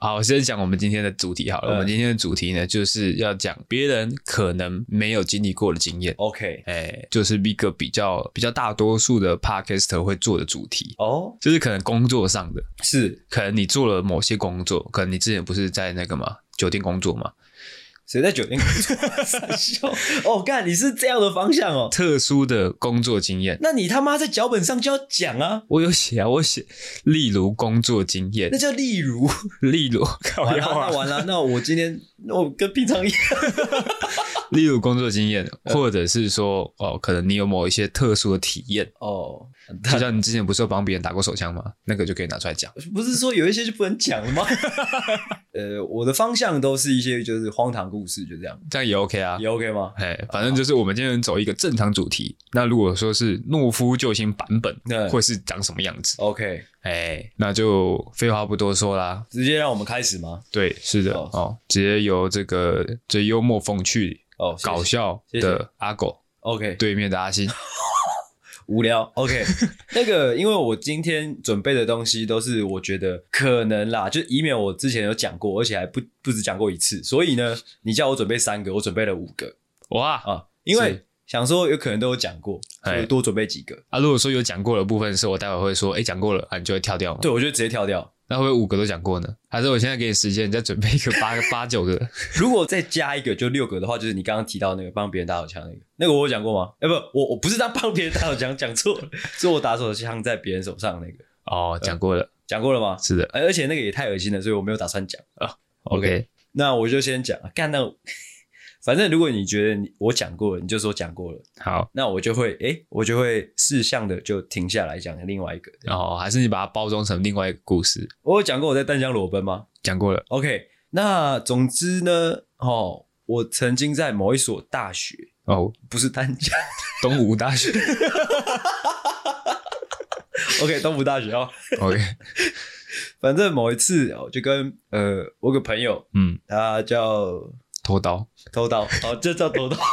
Speaker 2: 好，先讲我们今天的主题好了。
Speaker 3: 嗯
Speaker 2: 我们今天的主题呢，就是要讲别人可能没有经历过的经验。
Speaker 3: OK，
Speaker 2: 哎，就是一个比较比较大多数的 podcaster 会做的主题，
Speaker 3: 哦，
Speaker 2: 就是可能工作上的，
Speaker 3: 是
Speaker 2: 可能你做了某些工作，可能你之前不是在那个嘛酒店工作嘛，
Speaker 3: 谁在酒店工作？傻笑 哦，干，你是这样的方向哦？
Speaker 2: 特殊的工作经验，
Speaker 3: 那你他妈在脚本上就要讲啊，
Speaker 2: 我有写啊，我写，例如工作经验
Speaker 3: 那，叫例如。
Speaker 2: 例如
Speaker 3: 完
Speaker 2: 靠
Speaker 3: 了，
Speaker 2: 腰啊
Speaker 3: 那完了，那我今天那我跟平常一样。呃
Speaker 2: 例如工作经验，或者是说哦，可能你有某一些特殊的体验，
Speaker 3: 哦，
Speaker 2: 就像你之前不是有帮别人打过手枪吗？那个就可以拿出来讲。
Speaker 3: 哦不是说有一些就不能讲了吗？ 呃，我的方向都是一些就是荒唐故事，就这样，
Speaker 2: 这样也 OK 啊
Speaker 3: 也。OK 吗？
Speaker 2: 哎，反正就是我们今天走一个正常主题。那如果说是懦夫救星版本
Speaker 3: 对，
Speaker 2: 会是长什么样子？
Speaker 3: OK，
Speaker 2: 哎，那就废话不多说啦。
Speaker 3: 直接让我们开始吗？
Speaker 2: 对，是的
Speaker 3: 哦
Speaker 2: 哦，直接由这个最幽默风趣、
Speaker 3: 哦，谢谢
Speaker 2: 搞笑
Speaker 3: 谢谢
Speaker 2: 的阿狗
Speaker 3: OK，
Speaker 2: 对面的阿 星，
Speaker 3: 无 聊 OK。那 个，因为我今天准备的东西都是我觉得可能啦，就以免我之前有讲过，而且还不不止讲过一次，所以呢，你叫我准备三个，我准备了五个
Speaker 2: 哇
Speaker 3: 啊，因为
Speaker 2: 是
Speaker 3: 想说有可能都有讲过，
Speaker 2: 哎
Speaker 3: 所以多准备几个。
Speaker 2: 啊！如果说有讲过的部分，是我待会会说，哎，讲过了啊，你就会跳掉嘛。
Speaker 3: 对，我就直接跳掉。
Speaker 2: 那会不会五个都讲过呢？还是我现在给你时间，你再准备 一个八八九个？
Speaker 3: 如果再加一个，就六个的话，就是你刚刚提到那个帮别人打手枪那个，那个我有讲过吗？哎、不，我我不是当帮别人打手枪，讲错 了，是我打手枪在别人手上那个，呃
Speaker 2: 哦，讲过了，
Speaker 3: 讲过了吗？
Speaker 2: 是的。
Speaker 3: 哎而且那个也太恶心了，所以我没有打算讲。
Speaker 2: 哦 OK，
Speaker 3: 那我就先讲，干那，反正如果你觉得你我讲过了，你就说讲过了，
Speaker 2: 好。
Speaker 3: 那我就会，哎、我就会事项的就停下来讲另外一个。
Speaker 2: 然后还是你把它包装成另外一个故事，
Speaker 3: 我有讲过我在淡江裸奔吗
Speaker 2: 讲过了。
Speaker 3: ？OK，那总之呢，哦，我曾经在某一所大学，
Speaker 2: 哦，
Speaker 3: 不是淡江。
Speaker 2: 东吴大学
Speaker 3: OK，东吴大学哦。
Speaker 2: ，OK，
Speaker 3: 反正某一次，我就跟呃，我有个朋友，
Speaker 2: 嗯，
Speaker 3: 他叫
Speaker 2: 偷刀，
Speaker 3: 偷刀，哦，就叫偷刀。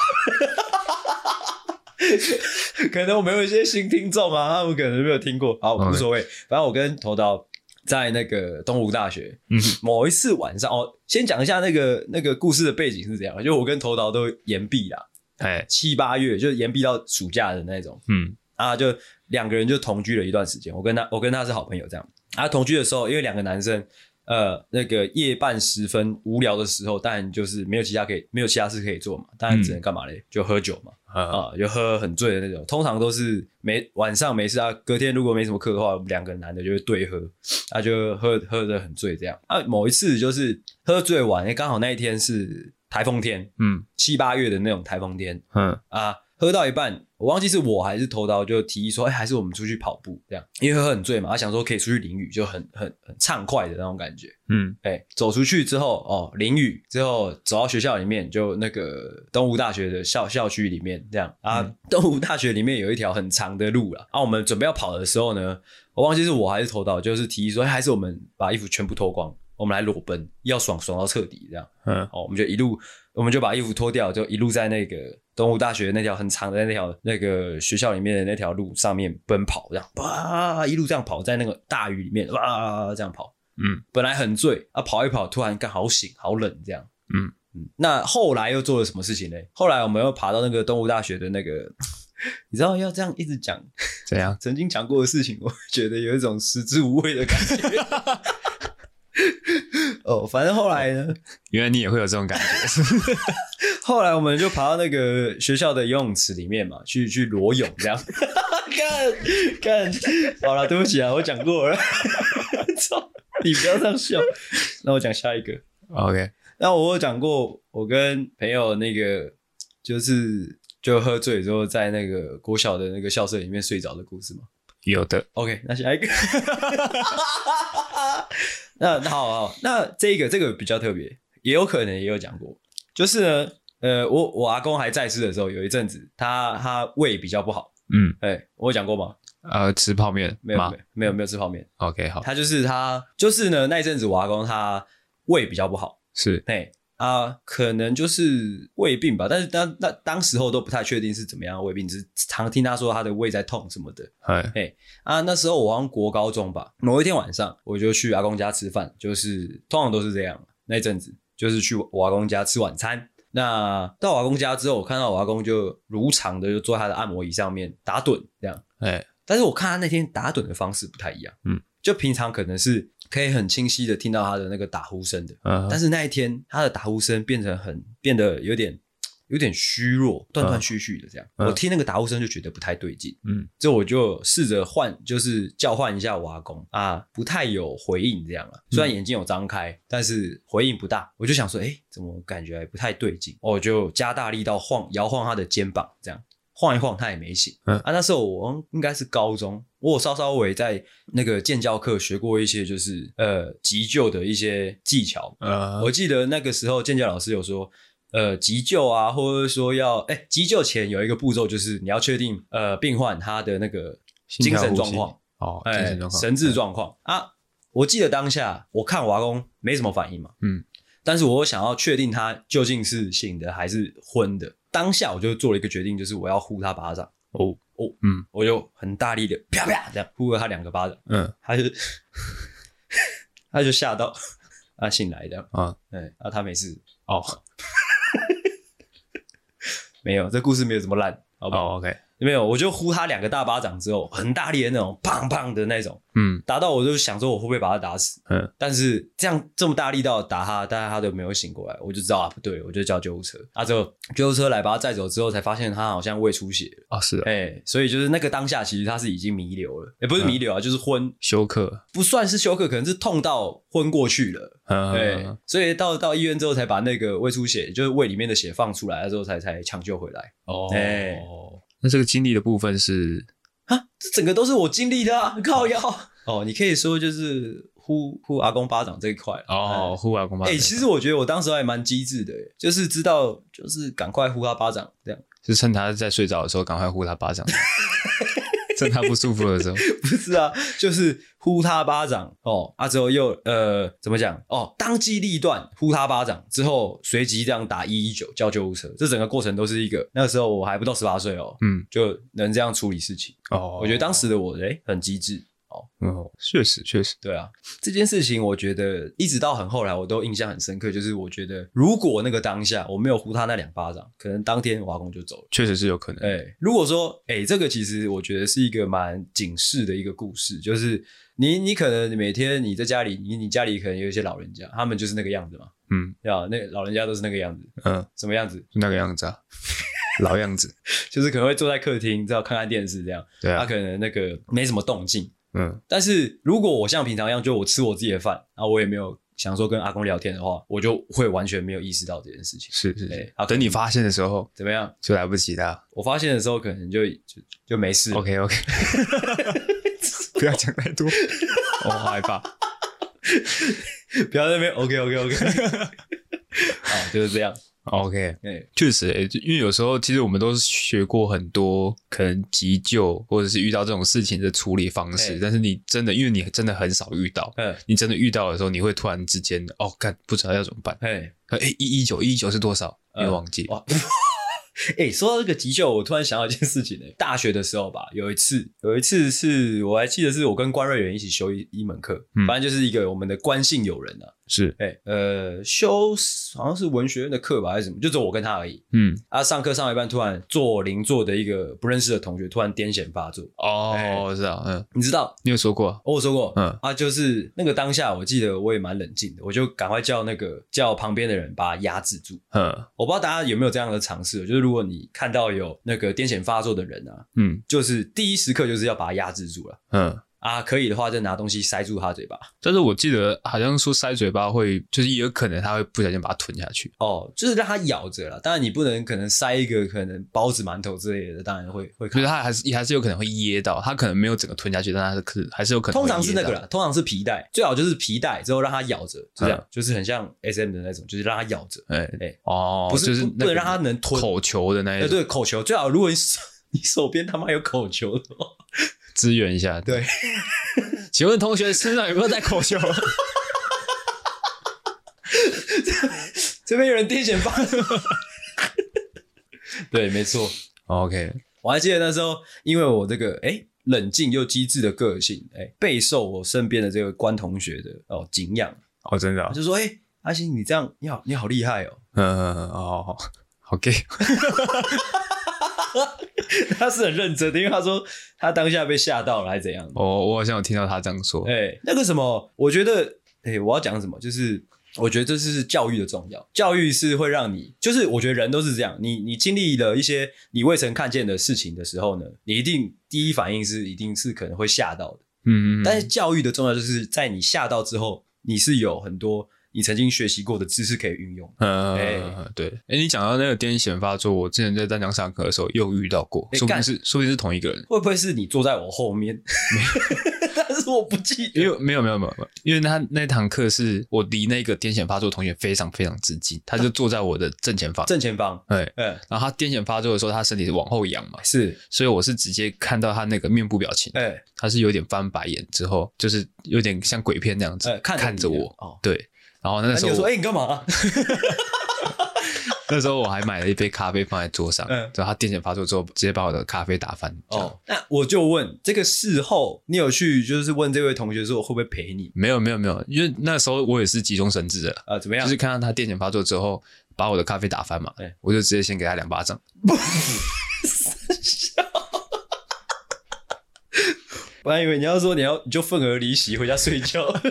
Speaker 3: 可能我们有一些新听众啊，他们可能没有听过，好，
Speaker 2: OK
Speaker 3: 无所谓。反正我跟头刀在那个东吴大学
Speaker 2: 嗯，
Speaker 3: 某一次晚上，哦，先讲一下那个那个故事的背景是怎样，就我跟头刀都延毕啦，
Speaker 2: 哎，
Speaker 3: 七八月就延毕到暑假的那种。
Speaker 2: 嗯，
Speaker 3: 啊，就两个人就同居了一段时间。我跟他，我跟他是好朋友这样。啊，同居的时候，因为两个男生，呃，那个夜半时分无聊的时候，当然就是没有其他可以，没有其他事可以做嘛，当然只能干嘛嘞？就喝酒嘛，
Speaker 2: 啊，
Speaker 3: 啊，就喝很醉的那种。通常都是没晚上没事啊，隔天如果没什么课的话，我们两个男的就会对喝，啊，就喝喝的很醉这样。啊，某一次就是喝醉完，因为刚好那一天是台风天，
Speaker 2: 嗯
Speaker 3: 七八月的那种台风天，
Speaker 2: 嗯，
Speaker 3: 啊，喝到一半，我忘记是我还是头刀就提议说，哎、还是我们出去跑步这样，因为喝很醉嘛，他想说可以出去淋雨，就很很很畅快的那种感觉。
Speaker 2: 嗯，
Speaker 3: 哎、走出去之后，哦，淋雨之后走到学校里面，就那个东吴大学的校校区里面这样啊。东吴大学里面有一条很长的路啦。啊，我们准备要跑的时候呢，我忘记是我还是头刀，就是提议说，哎还是我们把衣服全部脱光，我们来裸奔，要爽爽到彻底这样。
Speaker 2: 嗯，
Speaker 3: 哦，我们就一路，我们就把衣服脱掉，就一路在那个东吴大学那条很长的那条那个学校里面的那条路上面奔跑，这样哇，一路这样跑，在那个大雨里面哇这样跑，
Speaker 2: 嗯，
Speaker 3: 本来很醉啊，跑一跑，突然干好醒，好冷这样，
Speaker 2: 嗯
Speaker 3: 嗯，那后来又做了什么事情呢？后来我们又爬到那个东吴大学的那个，你知道要这样一直讲
Speaker 2: 怎样？
Speaker 3: 曾经讲过的事情，我觉得有一种食之无味的感觉。 哦，反正后来呢，
Speaker 2: 原来你也会有这种感 觉，
Speaker 3: 后来我们就爬到那个学校的游泳池里面嘛，去去裸泳这样。干干，好了，对不起啊，我讲过了。 操，你不要这样笑。那我讲下一个。
Speaker 2: OK，
Speaker 3: 那我有讲过，我跟朋友那个就是就喝醉之后，在那个国小的那个校舍里面睡着的故事吗？
Speaker 2: 有的，
Speaker 3: OK，那下一个。 那那好好，那这个这个比较特别，也有可能也有讲过，就是呢，呃，我我阿公还在世的时候，有一阵子他他胃比较不好，
Speaker 2: 嗯，
Speaker 3: 哎、我有讲过吗？
Speaker 2: 呃，吃泡面
Speaker 3: 没有
Speaker 2: 吗
Speaker 3: 没有没有没有吃泡面，
Speaker 2: ？OK，好，
Speaker 3: 他就是他就是呢那一阵子我阿公他胃比较不好，
Speaker 2: 是，
Speaker 3: 哎、啊，可能就是胃病吧，但是当那当时候都不太确定是怎么样的胃病，只是常听他说他的胃在痛什么的，
Speaker 2: 哎，
Speaker 3: 啊，那时候我好像国高中吧，某一天晚上我就去阿公家吃饭，就是通常都是这样，那一阵子就是去我阿公家吃晚餐。那到我阿公家之后，我看到我阿公就如常的就坐在他的按摩椅上面打盹这样，
Speaker 2: 哎，
Speaker 3: 但是我看他那天打盹的方式不太一样，
Speaker 2: 嗯，
Speaker 3: 就平常可能是可以很清晰的听到他的那个打呼声的，
Speaker 2: 嗯
Speaker 3: 但，是那一天他的打呼声变成很变得有点有点虚弱，断断续续的这样，
Speaker 2: 嗯
Speaker 3: 我听那个打呼声就觉得不太对劲，
Speaker 2: 嗯，
Speaker 3: 这我就试着换，就是叫唤一下我阿公啊，不太有回应这样了。虽
Speaker 2: 嗯
Speaker 3: 然眼睛有张开，但是回应不大。我就想哦说，哎，怎么感觉不太对劲？我就加大力道晃摇晃他的肩膀，这样晃一晃，它也没醒。
Speaker 2: 嗯
Speaker 3: 啊，那时候我应该是高中，我有稍稍微在那个建教课学过一些，就是呃急救的一些技巧。
Speaker 2: 呃
Speaker 3: 我记得那个时候建教老师有说，呃，急救啊，或者说要哎、急救前有一个步骤，就是你要确定呃病患他的那个
Speaker 2: 心
Speaker 3: 精
Speaker 2: 跳
Speaker 3: 神
Speaker 2: 呼
Speaker 3: 状
Speaker 2: 吸
Speaker 3: 况，
Speaker 2: 哦，精
Speaker 3: 哎
Speaker 2: 神状况，
Speaker 3: 神志状况啊。我记得当下我看我阿公没什么反应嘛，
Speaker 2: 嗯，
Speaker 3: 但是我又想要确定他究竟是醒的还是昏的。当下我就做了一个决定，就是我要呼他巴掌，
Speaker 2: 哦，
Speaker 3: 哦，
Speaker 2: 嗯
Speaker 3: 我就很大力的啪啪这样呼了他两个巴掌，
Speaker 2: 嗯
Speaker 3: 他就 他就吓到， 他醒来这样，
Speaker 2: 啊
Speaker 3: 哎，啊他没事，
Speaker 2: 哦
Speaker 3: 没有，这故事没有这么烂，好不好？
Speaker 2: 哦，OK，
Speaker 3: 没有，我就呼他两个大巴掌之后，很大力的那种，砰砰的那种，
Speaker 2: 嗯
Speaker 3: 打到我就想说我会不会把他打死，
Speaker 2: 嗯，
Speaker 3: 但是这样这么大力道打他，但是他都没有醒过来，我就知道啊不对，我就叫救护车。啊，之后救护车来把他载走之后，才发现他好像胃出血了，
Speaker 2: 哦是的，
Speaker 3: 哎、所以就是那个当下其实他是已经弥留了，也、不
Speaker 2: 嗯
Speaker 3: 是弥留啊，就是昏，
Speaker 2: 休克，
Speaker 3: 不算是休克，可能是痛到昏过去了。对
Speaker 2: 嗯，
Speaker 3: 所以到到医院之后才把那个胃出血，就是胃里面的血放出来了之后才才抢救回来
Speaker 2: 哦
Speaker 3: 哎
Speaker 2: 那这个经历的部分是
Speaker 3: 啊！这整个都是我经历的、啊，靠腰哦。你可以说就是呼呼阿公巴掌这一块啦
Speaker 2: 哦，呼啊公巴
Speaker 3: 哎、
Speaker 2: 掌，
Speaker 3: 其实我觉得我当时还蛮机智的耶，欸就是知道就是赶快呼他巴掌这样，
Speaker 2: 是趁他在睡着的时候赶快呼他巴掌，趁他不舒服的时候，
Speaker 3: 不是啊，就是呼他巴掌哦，啊之后又呃怎么讲哦，当机立断呼他巴掌之后，随即这样打一一九叫救护车，这整个过程都是一个那个时候我还不到十八岁哦，
Speaker 2: 嗯
Speaker 3: 就能这样处理事情，
Speaker 2: 哦，
Speaker 3: 我觉得当时的我哎、很机智。
Speaker 2: 哦确实确实，
Speaker 3: 对啊，这件事情我觉得一直到很后来我都印象很深刻，就是我觉得如果那个当下我没有呼他那两巴掌，可能当天我阿公就走了。
Speaker 2: 确实是有可能，
Speaker 3: 哎、如果说，哎、这个其实我觉得是一个蛮警示的一个故事，就是你你可能每天你在家里，你你家里可能有一些老人家，他们就是那个样子嘛，
Speaker 2: 嗯
Speaker 3: 对吧？那老人家都是那个样子，
Speaker 2: 嗯，
Speaker 3: 什么样子？
Speaker 2: 就那个样 子啊，老样子，
Speaker 3: 就是可能会坐在客厅，知道看看电视这样，
Speaker 2: 对
Speaker 3: 他、
Speaker 2: 啊，
Speaker 3: 可能那个没什么动静。
Speaker 2: 嗯
Speaker 3: 但是如果我像平常一样，就我吃我自己的饭，啊，我也没有想说跟阿公聊天的话，我就会完全没有意识到这件事情。
Speaker 2: 是是
Speaker 3: 哎
Speaker 2: 是
Speaker 3: 啊，
Speaker 2: 等你发现的时候
Speaker 3: 怎么样？
Speaker 2: 就来不及了
Speaker 3: 我发现的时候，可能就就就没事了。
Speaker 2: ，OK OK，不要讲太多，我好害怕，
Speaker 3: 不要在那 边 OK OK OK，啊，就是这样。
Speaker 2: OK，
Speaker 3: 哎、
Speaker 2: 确实、欸，就因为有时候其实我们都是学过很多可能急救或者是遇到这种事情的处理方式，
Speaker 3: 欸
Speaker 2: 但是你真的因为你真的很少遇到，
Speaker 3: 嗯，
Speaker 2: 你真的遇到的时候，你会突然之间哦，干不知道要怎么办。
Speaker 3: 哎，
Speaker 2: 哎、一一九一九是多少？
Speaker 3: 嗯
Speaker 2: 你忘记？
Speaker 3: 哇，哎、说到这个急救，我突然想到一件事情呢、大学的时候吧，有一次，有一次是我还记得是我跟关瑞元一起修一一门课，
Speaker 2: 嗯
Speaker 3: 反正就是一个我们的关姓友人啊，
Speaker 2: 是，
Speaker 3: 哎、呃，修好像是文学院的课吧还是什么，就只有我跟他而已。
Speaker 2: 嗯，
Speaker 3: 啊，上课上到一半，突然坐邻座的一个不认识的同学突然癫痫发作，欸
Speaker 2: 哦，我知道，嗯，
Speaker 3: 你知道，
Speaker 2: 你有说过啊，
Speaker 3: 我有说过，
Speaker 2: 嗯
Speaker 3: 啊，就是那个当下，我记得我也蛮冷静的，我就赶快叫那个叫旁边的人把他压制住。
Speaker 2: 嗯
Speaker 3: 我不知道大家有没有这样的尝试，就是如果你看到有那个癫痫发作的人啊，
Speaker 2: 嗯
Speaker 3: 就是第一时刻就是要把他压制住了
Speaker 2: 嗯。
Speaker 3: 啊，可以的话就拿东西塞住他嘴巴。
Speaker 2: 但是我记得好像说塞嘴巴会，就是也有可能他会不小心把它吞下去。
Speaker 3: 哦，就是让他咬着了，当然你不能可能塞一个可能包子、馒头之类的，当然会会
Speaker 2: 可
Speaker 3: 卡
Speaker 2: 是。它还是也还是有可能会噎到，它可能没有整个吞下去，但它是可还是有可能
Speaker 3: 通
Speaker 2: 会噎到。
Speaker 3: 常是那个啦，通常是皮带，最好就是皮带，之后让他咬着，就这样，就是很像 S M 的那种，就是让他咬着，
Speaker 2: 哎、
Speaker 3: 哎
Speaker 2: 哦，
Speaker 3: 不是
Speaker 2: 就是
Speaker 3: 不不
Speaker 2: 那个
Speaker 3: 能让它能吞
Speaker 2: 口球的那
Speaker 3: 哎，
Speaker 2: 一种，
Speaker 3: 对，口球最好，如果你手 你手边他妈有口球的话，
Speaker 2: 支援一下。
Speaker 3: 对，
Speaker 2: 请问同学身上有没有带口球？
Speaker 3: 这边有人癫痫发作。对，没错，
Speaker 2: OK，
Speaker 3: 我还记得那时候，因为我这个哎、冷静又机智的个性，哎、备受我身边的这个关同学的哦敬仰，
Speaker 2: 哦，真的、
Speaker 3: 他
Speaker 2: 哦，
Speaker 3: 就说哎、阿星你这样你好你好厉害哦，
Speaker 2: 嗯，哦，好 gay，
Speaker 3: 他是很认真的，因为他说他当下被吓到了还是怎样的，
Speaker 2: 我我好像有听到他这样说。
Speaker 3: 哎、那个什么，我觉得，哎、我要讲什么，就是我觉得这是教育的重要。教育是会让你，就是我觉得人都是这样，你你经历了一些你未曾看见的事情的时候呢，你一定第一反应是一定是可能会吓到的。
Speaker 2: 嗯嗯，嗯
Speaker 3: 但是教育的重要就是在你吓到之后，你是有很多你曾经学习过的知识可以运用。
Speaker 2: 嗯，
Speaker 3: 哎
Speaker 2: 对。哎，你讲到那个癫痫发作，我之前在湛江上课的时候又遇到过，
Speaker 3: 哎
Speaker 2: 说不定
Speaker 3: 干
Speaker 2: 是说不定是同一个人，
Speaker 3: 会不会是你坐在我后面？ 但是我不记得。
Speaker 2: 因为没有没有没有，没有因为他那堂课是我离那个癫痫发作同学非常非常之近，他就坐在我的正前方，
Speaker 3: 正前方，
Speaker 2: 哎，
Speaker 3: 嗯，
Speaker 2: 然后他癫痫发作的时候，他身体是往后仰嘛，
Speaker 3: 是，
Speaker 2: 所以我是直接看到他那个面部表情，
Speaker 3: 哎、
Speaker 2: 他是有点翻白眼之后，就是有点像鬼片那样子、
Speaker 3: 哎看着你
Speaker 2: 看着我，
Speaker 3: 哦
Speaker 2: 对。然后那
Speaker 3: 那
Speaker 2: 时
Speaker 3: 你
Speaker 2: 候
Speaker 3: 就
Speaker 2: 我
Speaker 3: 说，哎、你干嘛？
Speaker 2: 那时候我还买了一杯咖啡放在桌上，
Speaker 3: 嗯
Speaker 2: 然后他癫痫发作之后，直接把我的咖啡打翻。哦，
Speaker 3: 哦，那我就问，这个事后你有去就是问这位同学说我会不会陪你？
Speaker 2: 没有没有没有，因为那时候我也是急中生智的，
Speaker 3: 啊、怎么样？
Speaker 2: 就是看到他癫痫发作之后把我的咖啡打翻嘛，
Speaker 3: 对
Speaker 2: 我就直接先给他两巴掌。
Speaker 3: 我还以为你要说你要你就愤而离席回家睡觉。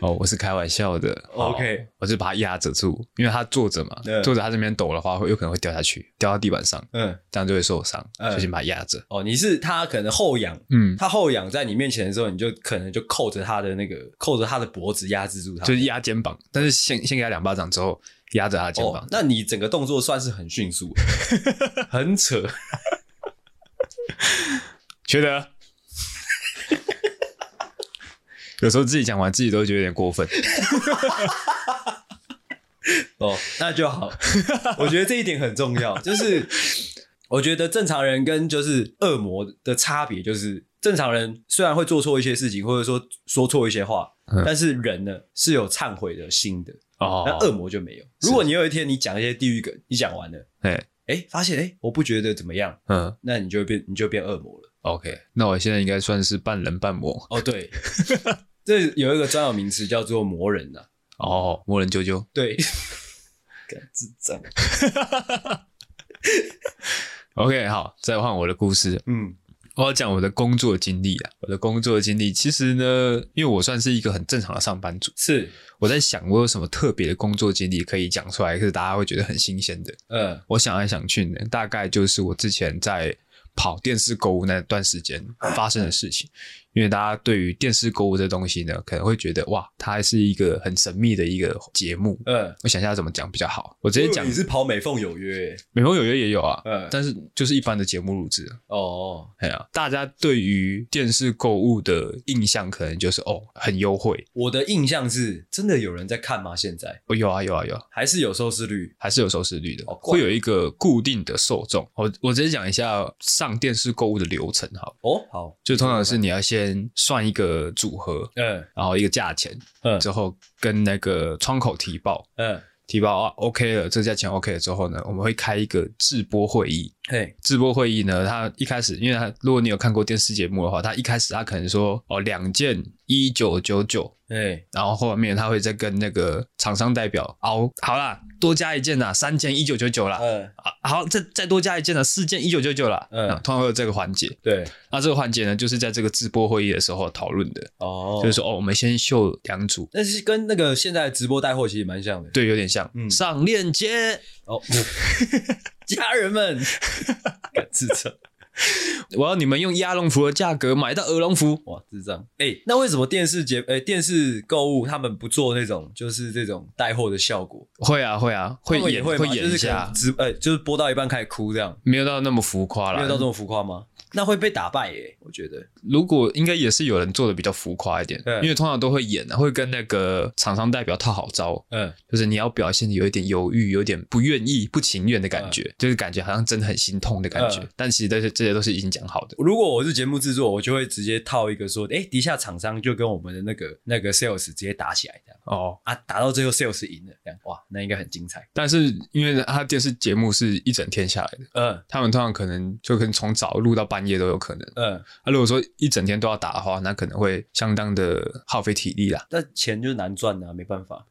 Speaker 2: 哦，我是开玩笑的。
Speaker 3: OK
Speaker 2: 哦我是把他压着住，因为他坐着嘛，
Speaker 3: 嗯
Speaker 2: 坐着他这边抖的话，会有可能会掉下去，掉到地板上，
Speaker 3: 嗯，
Speaker 2: 这样就会受伤，
Speaker 3: 嗯
Speaker 2: 就先把他压着。
Speaker 3: 哦，你是他可能后仰，
Speaker 2: 嗯，
Speaker 3: 他后仰在你面前的时候，你就可能就扣着他的那个扣着他的脖子压制住他。
Speaker 2: 就是压肩膀，但是先先给他两巴掌之后，压着他的肩膀
Speaker 3: 哦，。那你整个动作算是很迅速， 很扯。
Speaker 2: 觉得 有时候自己讲完，自己都觉得有点过分。
Speaker 3: 哦， 那就好。我觉得这一点很重 要，就是我觉得正常人跟就是恶魔的差别，就是正常人虽然会做错一些事情，或者说说错一些话，
Speaker 2: 嗯
Speaker 3: 但是人呢是有忏悔的心的，那恶
Speaker 2: 哦，
Speaker 3: 魔就没有。如果你有一天你讲一些地狱梗，你讲完了，
Speaker 2: 哎，
Speaker 3: 哎，发现哎我不觉得怎么样，
Speaker 2: 嗯
Speaker 3: 那你就会变你就变恶魔了。
Speaker 2: ，OK，那我现在应该算是半人半魔
Speaker 3: 哦，对， 这有一个专有名词叫做魔人呐、啊，
Speaker 2: 哦，魔人啾啾。
Speaker 3: 对，干智障，
Speaker 2: OK，好，再换我的故事。
Speaker 3: 嗯
Speaker 2: 我要讲我的工作经历啊，我的工作经历其实呢，因为我算是一个很正常的上班族，
Speaker 3: 是，
Speaker 2: 我在想我有什么特别的工作经历可以讲出来，可是大家会觉得很新鲜的。
Speaker 3: 呃
Speaker 2: 我想来想去呢，大概就是我之前在跑电视购物那段时间发生的事情。因为大家对于电视购物这东西呢，可能会觉得哇，它是一个很神秘的一个节目。
Speaker 3: 呃，
Speaker 2: 我想一下怎么讲比较好。我直接讲
Speaker 3: 你，是跑美凤有约、
Speaker 2: 美国有约也有啊，
Speaker 3: 嗯
Speaker 2: 但是就是一般的节目录制。啊
Speaker 3: 哦，
Speaker 2: 哎呀，大家对于电视购物的印象可能就是哦，很优惠。
Speaker 3: 我的印象是真的有人在看吗？现在
Speaker 2: 哦，有啊，有啊，有啊。
Speaker 3: 还是有收视率？
Speaker 2: 还是有收视率的，
Speaker 3: 好怪
Speaker 2: 会有一个固定的受众。我我直接讲一下上电视购物的流程好了
Speaker 3: 哦，好，
Speaker 2: 就通常是你要先算一个组合，
Speaker 3: 嗯
Speaker 2: 然后一个价钱，
Speaker 3: 嗯
Speaker 2: 之后跟那个窗口提报，
Speaker 3: 嗯，
Speaker 2: 提报啊 OK 了，这价钱 OK 了之后呢，我们会开一个直播会议。
Speaker 3: 嘿，
Speaker 2: 直播会议呢，它一开始，因为它如果你有看过电视节目的话，它一开始它可能说哦两件一九九九，
Speaker 3: 哎，
Speaker 2: 然后后面它会再跟那个厂商代表熬，好啦，多加一件啦，三件一九九九啦，
Speaker 3: 嗯，
Speaker 2: 啊，好，再再多加一件了，四件一九九九了。
Speaker 3: 嗯
Speaker 2: 嗯，通常会有这个环节。
Speaker 3: 对，
Speaker 2: 那这个环节呢，就是在这个直播会议的时候讨论的，
Speaker 3: 哦，
Speaker 2: 就是，说哦，我们先秀两组，
Speaker 3: 但是跟那个现在直播带货其实蛮像的。
Speaker 2: 对，有点像、
Speaker 3: 嗯
Speaker 2: 上链接。
Speaker 3: 哦， 家人 们，干智障，
Speaker 2: 我要你们用鸭绒服的价格买到鹅绒服。
Speaker 3: 哇，智障！哎，那为什么电视节，哎，电视购物他们不做那种就是这种带货的效果？
Speaker 2: 会啊，会啊，会
Speaker 3: 他们也
Speaker 2: 演
Speaker 3: 会吗
Speaker 2: 演
Speaker 3: 就
Speaker 2: 一
Speaker 3: 是可
Speaker 2: 下
Speaker 3: 能，直，哎，就是播到一半开始哭这样，
Speaker 2: 没有到那么浮夸
Speaker 3: 没有到这
Speaker 2: 啦。
Speaker 3: 么浮夸吗？那会被打败耶，我觉得。
Speaker 2: 如果应该也是有人做的比较浮夸一点，
Speaker 3: 嗯
Speaker 2: 因为通常都会演啊，会跟那个厂商代表套好招，
Speaker 3: 嗯，
Speaker 2: 就是你要表现的有一点犹豫，有点不愿意、不情愿的感觉，就是感觉好像真的很心痛的感觉。
Speaker 3: 嗯
Speaker 2: 但其实这些这些都是已经讲好的。
Speaker 3: 如果我是节目制作，我就会直接套一个说，哎、底下厂商就跟我们的那个那个 sales 直接打起来这样
Speaker 2: 哦，
Speaker 3: 啊，打到最后 sales 赢了，这样哇，那应该很精彩。
Speaker 2: 但是因为他电视节目是一整天下来的，
Speaker 3: 嗯
Speaker 2: 他们通常可能就可能从早录到半夜都有可能。
Speaker 3: 嗯，
Speaker 2: 啊，如果说一整天都要打的话，那可能会相当的耗费体力啦。
Speaker 3: 那钱就是难赚啊，没办法。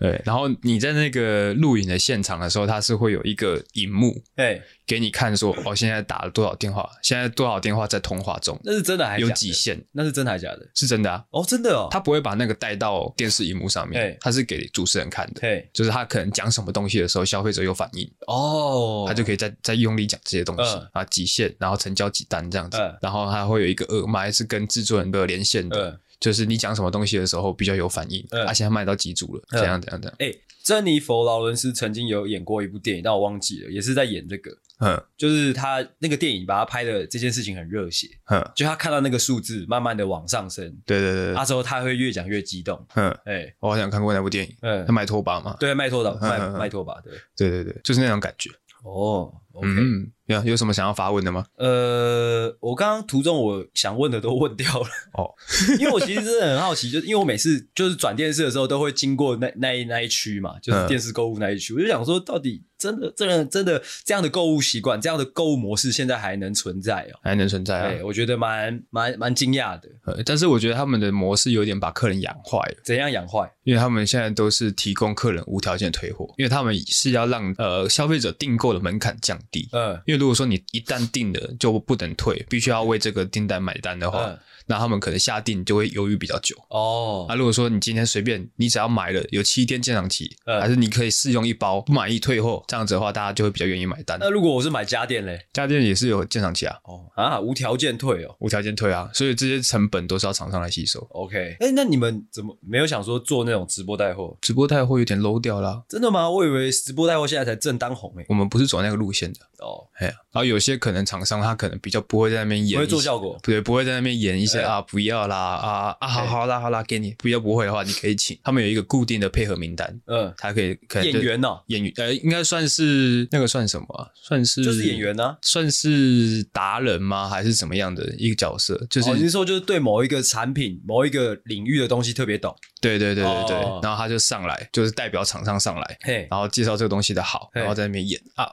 Speaker 2: 对，然后你在那个录影的现场的时候，它是会有一个荧幕
Speaker 3: 哎，
Speaker 2: 给你看说，哦，现在打了多少电话，现在多少电话在通话中，
Speaker 3: 那是真的还是
Speaker 2: 有
Speaker 3: 假的
Speaker 2: 几？线，
Speaker 3: 那是真的还是假的？
Speaker 2: 是真的啊。
Speaker 3: 哦，真的哦。
Speaker 2: 他不会把那个带到电视荧幕上面
Speaker 3: 哎，
Speaker 2: 他是给主持人看的。
Speaker 3: 嘿，
Speaker 2: 就是他可能讲什么东西的时候，消费者有反应，
Speaker 3: 哦，
Speaker 2: 他就可以再再用力讲这些东西
Speaker 3: 嗯
Speaker 2: 啊，几线，然后成交几单这样子
Speaker 3: 嗯。
Speaker 2: 然后他会有一以一个耳麦是跟制作人的连线的
Speaker 3: 嗯，
Speaker 2: 就是你讲什么东西的时候比较有反应，
Speaker 3: 嗯
Speaker 2: 而且他卖到几组了，
Speaker 3: 嗯
Speaker 2: 怎样怎样怎样，
Speaker 3: 哎、珍妮佛劳伦斯曾经有演过一部电影，但我忘记了，也是在演这个，
Speaker 2: 嗯
Speaker 3: 就是他那个电影把他拍的这件事情很热血，
Speaker 2: 嗯，
Speaker 3: 就他看到那个数字慢慢的往上升，
Speaker 2: 对对对对，
Speaker 3: 啊之后他会越讲越激动，
Speaker 2: 嗯，
Speaker 3: 哎、
Speaker 2: 我好像看过那部电影，
Speaker 3: 嗯
Speaker 2: 他，卖拖把嘛，
Speaker 3: 对，麦托吧，麦
Speaker 2: 嗯嗯嗯
Speaker 3: 麦托吧，对，
Speaker 2: 对对对，就是那种感觉。
Speaker 3: 哦，OK，、
Speaker 2: 嗯，有有什么想要发问的吗？
Speaker 3: 呃，我刚刚途中我想问的都问掉了，
Speaker 2: 哦，
Speaker 3: 因为我其实真的很好奇，就是因为我每次就是转电视的时候都会经过那那一那一区嘛，就是
Speaker 2: 嗯
Speaker 3: 电视购物那一区，我就想说，到底真的真的真的这样的购物习惯，这样的购物模式现在还能存在哦？
Speaker 2: 还能存在
Speaker 3: 对，
Speaker 2: 啊，
Speaker 3: 我觉得蛮蛮蛮惊讶的，
Speaker 2: 呃但是我觉得他们的模式有点把客人养坏了，
Speaker 3: 怎样养坏？
Speaker 2: 因为他们现在都是提供客人无条件的退货，因为他们是要让呃消费者订购的门槛降低。
Speaker 3: 嗯
Speaker 2: 因为如果说你一旦订了就不能退，必须要为这个订单买单的话，
Speaker 3: 嗯，
Speaker 2: 那他们可能下定就会犹豫比较久。
Speaker 3: 哦
Speaker 2: 啊，，如果说你今天随便，你只要买了有七天鉴赏期，
Speaker 3: 嗯
Speaker 2: 还是你可以试用一包，不满意退货，这样子的话，大家就会比较愿意买单。
Speaker 3: 那如果我是买家电嘞？
Speaker 2: 家电也是有鉴赏期啊，
Speaker 3: 嗯哦啊，无条件退哦。
Speaker 2: 无条件退啊，所以这些成本都是要厂商来吸收。
Speaker 3: OK，哎、那你们怎么没有想说做那种直播带货？
Speaker 2: 直播带货有点 low 掉啦、
Speaker 3: 真的吗？我以为直播带货现在才正当红诶、
Speaker 2: 我们不是走那个路线的。
Speaker 3: 哦，
Speaker 2: 哎呀，然后有些可能厂商他可能比较不会在那边演，
Speaker 3: 不会做效果，
Speaker 2: 对，不会在那边演一些
Speaker 3: 哎
Speaker 2: 啊不要啦啊啊好
Speaker 3: 哎
Speaker 2: 好啦好啦给你，不要不会的话你可以请，他们有一个固定的配合名单，
Speaker 3: 嗯，
Speaker 2: 他可以可能
Speaker 3: 演
Speaker 2: 就
Speaker 3: 员哦，
Speaker 2: 演员呃应该算是那个算什么啊、算是
Speaker 3: 就是演员啊。
Speaker 2: 算是达人吗？还是怎么样的一个角色？就是、
Speaker 3: 哦，你是说就是对某一个产品、某一个领域的东西特别懂？
Speaker 2: 对对对对对，
Speaker 3: 哦
Speaker 2: 然后他就上来，就是代表厂商上来，
Speaker 3: 嘿，
Speaker 2: 然后介绍这个东西的好，
Speaker 3: 嘿
Speaker 2: 然后在那边演啊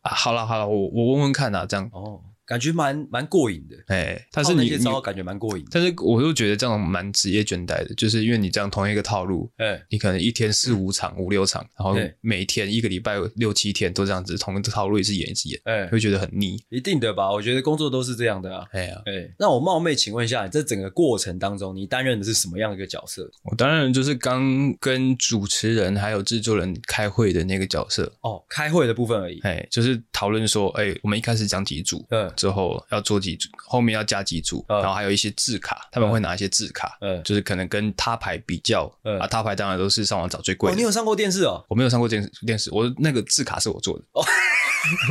Speaker 2: 啊，好了好了，我我问问看啊，这样，
Speaker 3: 哦，感觉蛮蛮过瘾的。
Speaker 2: 哎、但是
Speaker 3: 套那
Speaker 2: 你
Speaker 3: 些
Speaker 2: 你
Speaker 3: 招感觉蛮过瘾的。
Speaker 2: 但是我又觉得这样蛮职业倦怠的，就是因为你这样同一个套路，
Speaker 3: 哎，
Speaker 2: 你可能一天四五场、五六场，然后
Speaker 3: 对
Speaker 2: 每天一个礼拜六七天都这样子同一个套路一直演一直演，
Speaker 3: 哎，
Speaker 2: 会觉得很腻。
Speaker 3: 一定的吧？我觉得工作都是这样的啊。
Speaker 2: 哎呀，
Speaker 3: 哎，那我冒昧请问一下，你这整个过程当中，你担任的是什么样的一个角色？
Speaker 2: 我当然就是刚跟主持人还有制作人开会的那个角色，
Speaker 3: 哦，开会的部分而已。
Speaker 2: 哎，就是讨论说，哎，我们一开始讲几组，
Speaker 3: 嗯
Speaker 2: 之后要做几组，后面要加几组，
Speaker 3: 嗯
Speaker 2: 然后还有一些字卡，他们会拿一些字卡，
Speaker 3: 嗯，
Speaker 2: 就是可能跟他牌比较，
Speaker 3: 嗯
Speaker 2: 啊，他牌当然都是上网找最
Speaker 3: 哦，
Speaker 2: 贵的
Speaker 3: 你。有上过电视哦？
Speaker 2: 我没有上过电视，电视我那个字卡是我做的，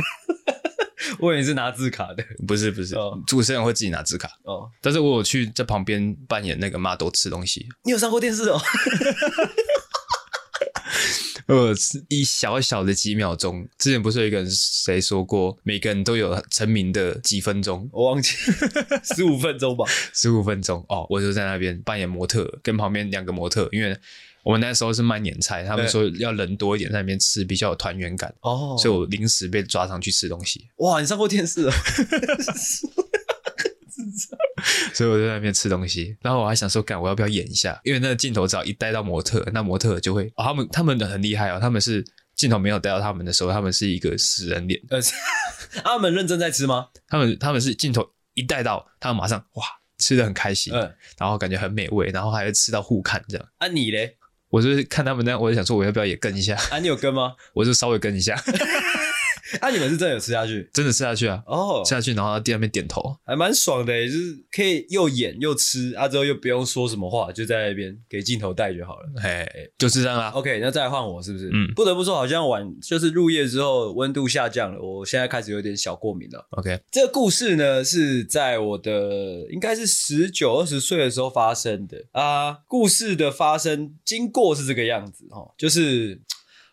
Speaker 3: 我也是拿字卡的。
Speaker 2: 不是不是
Speaker 3: 哦，
Speaker 2: 主持人会自己拿字卡，
Speaker 3: 哦，
Speaker 2: 但是我有去在旁边扮演那个妈都吃东西，
Speaker 3: 你有上过电视哦？
Speaker 2: 呃，一小小的几秒钟，之前不是有一个人谁说过，每个人都有成名的几分钟，
Speaker 3: 我忘记十五分钟吧。
Speaker 2: 十五分钟哦，我就在那边扮演模特，跟旁边两个模特，因为我们那时候是卖年菜，他们说要人多一点，在那边吃比较有团圆感，
Speaker 3: 哦
Speaker 2: 所以我临时被抓上去吃东西，
Speaker 3: 哇，你上过电视哦？
Speaker 2: 所以我就在那边吃东西，然后我还想说，干我要不要演一下？因为那个镜头只要一带到模特，那模特就会，哦、他们他们很厉害哦，他们是镜头没有带到他们的时候，他们是一个死人脸，
Speaker 3: 呃，阿门认真在吃吗？
Speaker 2: 他们他们是镜头一带到，他们马上哇吃的很开心，
Speaker 3: 嗯，
Speaker 2: 然后感觉很美味，然后还会吃到互看这样。
Speaker 3: 啊你嘞？
Speaker 2: 我就是看他们那样，我就想说我要不要也跟一下，
Speaker 3: 啊你有跟吗？
Speaker 2: 我就稍微跟一下，
Speaker 3: 啊你们是真的有吃下去？
Speaker 2: 真的吃下去啊，
Speaker 3: 哦，
Speaker 2: 吃下去，然后在店那边点头，
Speaker 3: 还蛮爽的耶，欸就是可以又演又吃，啊之后又不用说什么话，就在那边给镜头带就好了。
Speaker 2: 哎，就是这样啊。
Speaker 3: OK，那再换我是不是？
Speaker 2: 嗯
Speaker 3: 不得不说，好像晚就是入夜之后温度下降了，我现在开始有点小过敏了。
Speaker 2: OK，
Speaker 3: 这个故事呢是在我的应该是十九二十岁的时候发生的啊。故事的发生经过是这个样子哦，就是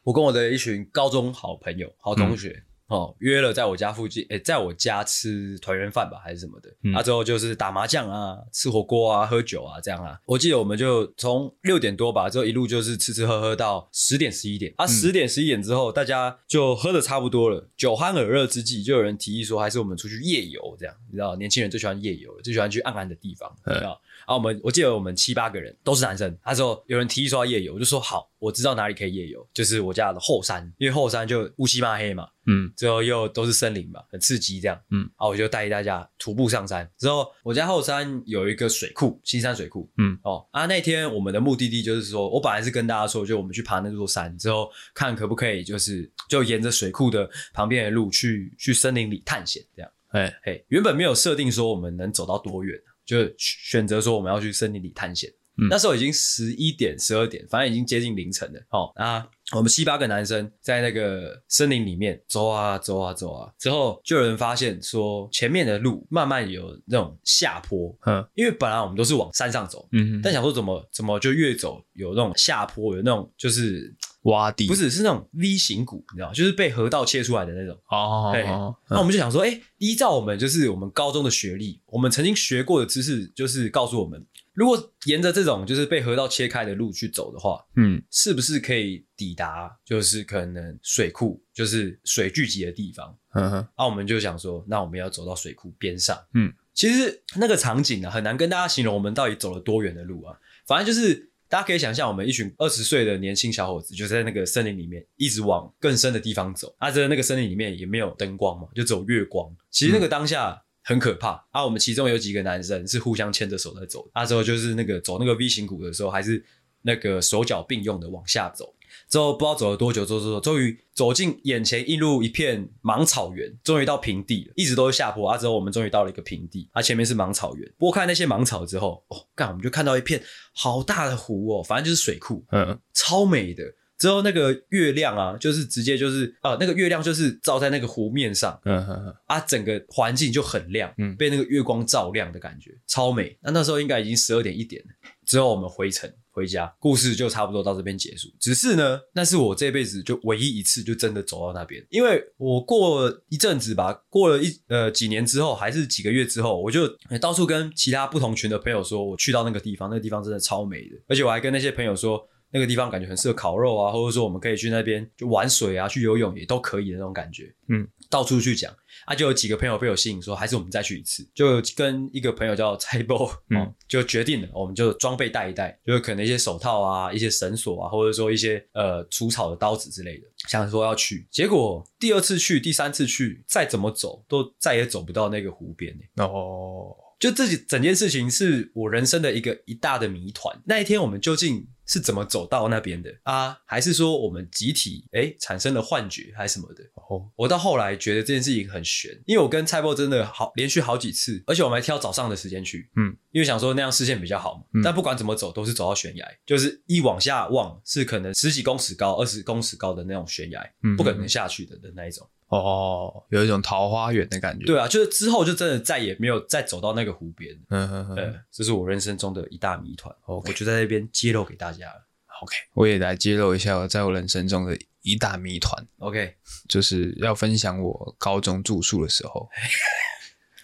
Speaker 3: 我跟我的一群高中好朋友、好同学。哦，约了在我家附近，诶、在我家吃团圆饭吧，还是什么的。
Speaker 2: 嗯
Speaker 3: 啊，之后就是打麻将啊，吃火锅啊，喝酒啊，这样啊。我记得我们就从六点多吧，之后一路就是吃吃喝喝到十点十一点。啊，十点十一点之后，大家就喝的差不多了，酒酣耳热之际，就有人提议说，还是我们出去夜游这样。你知道，年轻人最喜欢夜游了，最喜欢去暗暗的地方，你知道。啊，我们我记得我们七八个人都是男生，那时候有人提议说要夜游，我就说好，我知道哪里可以夜游，就是我家的后山，因为后山就乌漆嘛黑嘛，
Speaker 2: 嗯
Speaker 3: 之后又都是森林嘛，很刺激这样，
Speaker 2: 嗯，
Speaker 3: 啊，我就带大家徒步上山。之后我家后山有一个水库，新山水库，
Speaker 2: 嗯，
Speaker 3: 哦，啊，那天我们的目的地就是说，我本来是跟大家说，就我们去爬那座山之后，看可不可以就是就沿着水库的旁边的路去去森林里探险这样。
Speaker 2: 哎
Speaker 3: 嘿，原本没有设定说我们能走到多远，就选择说我们要去森林里探险。
Speaker 2: 嗯
Speaker 3: 那时候已经十一点、十二点，反正已经接近凌晨了。哦，啊，我们七八个男生在那个森林里面走啊走啊走啊，之后就有人发现说前面的路慢慢有那种下坡，
Speaker 2: 嗯
Speaker 3: 因为本来我们都是往山上走，
Speaker 2: 嗯，
Speaker 3: 但想说怎么怎么就越走有那种下坡，有那种就是
Speaker 2: 洼地
Speaker 3: 不是是那种 V 型谷，你知道，就是被河道切出来的那种。
Speaker 2: 哦
Speaker 3: 对，那我们就想说，哎、依照我们就是我们高中的学历，我们曾经学过的知识，就是告诉我们，如果沿着这种就是被河道切开的路去走的话，
Speaker 2: 嗯
Speaker 3: 是不是可以抵达就是可能水库，就是水聚集的地方？
Speaker 2: 嗯哼
Speaker 3: 啊，我们就想说，那我们要走到水库边上。
Speaker 2: 嗯，
Speaker 3: 其实那个场景啊，很难跟大家形容我们到底走了多远的路啊。反正就是大家可以想象，我们一群二十岁的年轻小伙子，就在那个森林里面一直往更深的地方走。啊，在那个森林里面也没有灯光嘛，就只有月光。其实那个当下。很可怕啊！我们其中有几个男生是互相牵着手在走的，啊之后就是那个走那个 V 型谷的时候，还是那个手脚并用的往下走，之后不知道走了多久，走走走，终于走进眼前映入一片芒草原，终于到平地了，一直都是下坡啊。之后我们终于到了一个平地，啊，前啊面是芒草原。拨开那些芒草之后，哦，干，我们就看到一片好大的湖哦，反正就是水库，
Speaker 2: 嗯
Speaker 3: 超美的。之后那个月亮啊，就是直接就是啊，那个月亮就是照在那个湖面上，
Speaker 2: 嗯哼，
Speaker 3: 啊，整个环境就很亮，
Speaker 2: 嗯
Speaker 3: 被那个月光照亮的感觉，超美。那那时候应该已经十二点一点了。之后我们回程回家，故事就差不多到这边结束。只是呢，那是我这辈子就唯一一次就真的走到那边，因为我过一阵子吧，过了一呃几年之后，还是几个月之后，我就呃到处跟其他不同群的朋友说，我去到那个地方，那个地方真的超美的，而且我还跟那些朋友说。那个地方感觉很适合烤肉啊，或者说我们可以去那边就玩水啊，去游泳也都可以的那种感觉。
Speaker 2: 嗯，
Speaker 3: 到处去讲，啊，就有几个朋友被我吸引说，还是我们再去一次，就跟一个朋友叫蔡波，
Speaker 2: 嗯
Speaker 3: 哦，就决定了，我们就装备带一带，就是可能一些手套啊、一些绳索啊，或者说一些呃除草的刀子之类的，想说要去，结果第二次去、第三次去，再怎么走都再也走不到那个湖边、欸
Speaker 2: 哦，
Speaker 3: 就这整件事情是我人生的一个一大的谜团。那一天我们究竟是怎么走到那边的啊？还是说我们集体诶产生了幻觉还是什么的？
Speaker 2: 哦，
Speaker 3: 我到后来觉得这件事情很悬，因为我跟蔡波真的好连续好几次，而且我们还挑早上的时间去，
Speaker 2: 嗯，
Speaker 3: 因为想说那样视线比较好嘛。
Speaker 2: 嗯
Speaker 3: 但不管怎么走，都是走到悬崖，就是一往下望是可能十几公尺高、二十公尺高的那种悬崖
Speaker 2: 嗯，
Speaker 3: 不可能下去的的那一种。
Speaker 2: 哦，有一种桃花源的感觉。，
Speaker 3: 对啊，就是之后就真的再也没有再走到那个湖边。
Speaker 2: 嗯哼哼
Speaker 3: 呃，这是我人生中的一大谜团，我
Speaker 2: OK
Speaker 3: 就在那边揭露给大家了。
Speaker 2: ，OK，我也来揭露一下我在我人生中的一大谜团，
Speaker 3: OK，
Speaker 2: 就是要分享我高中住宿的 时候。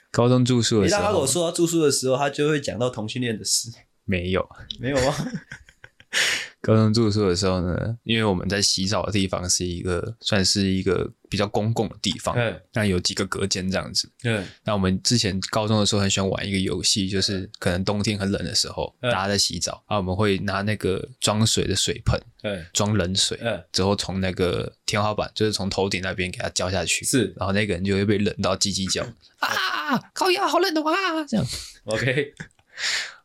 Speaker 2: 高中住宿的
Speaker 4: 你
Speaker 2: 时
Speaker 4: 让他跟
Speaker 2: 候
Speaker 4: 我说到住宿的时候，他就会讲到同性恋的事，
Speaker 2: 没有，
Speaker 4: 没 有吗？
Speaker 2: 高中住宿的时候呢，因为我们在洗澡的地方是一个算是一个比较公共的地方，
Speaker 3: 嗯
Speaker 2: 那有几个隔间这样子。
Speaker 3: 嗯
Speaker 2: 那我们之前高中的时候很喜欢玩一个游戏，就是可能冬天很冷的时候，
Speaker 3: 嗯
Speaker 2: 大家在洗澡啊，我们会拿那个装水的水盆
Speaker 3: 嗯
Speaker 2: 装冷水，
Speaker 3: 嗯，
Speaker 2: 之后从那个天花板，就是从头顶那边给它浇下去，
Speaker 3: 是嗯
Speaker 2: 然后那个人就会被冷到叽叽叫啊，高压好冷的哇，这样。
Speaker 3: OK，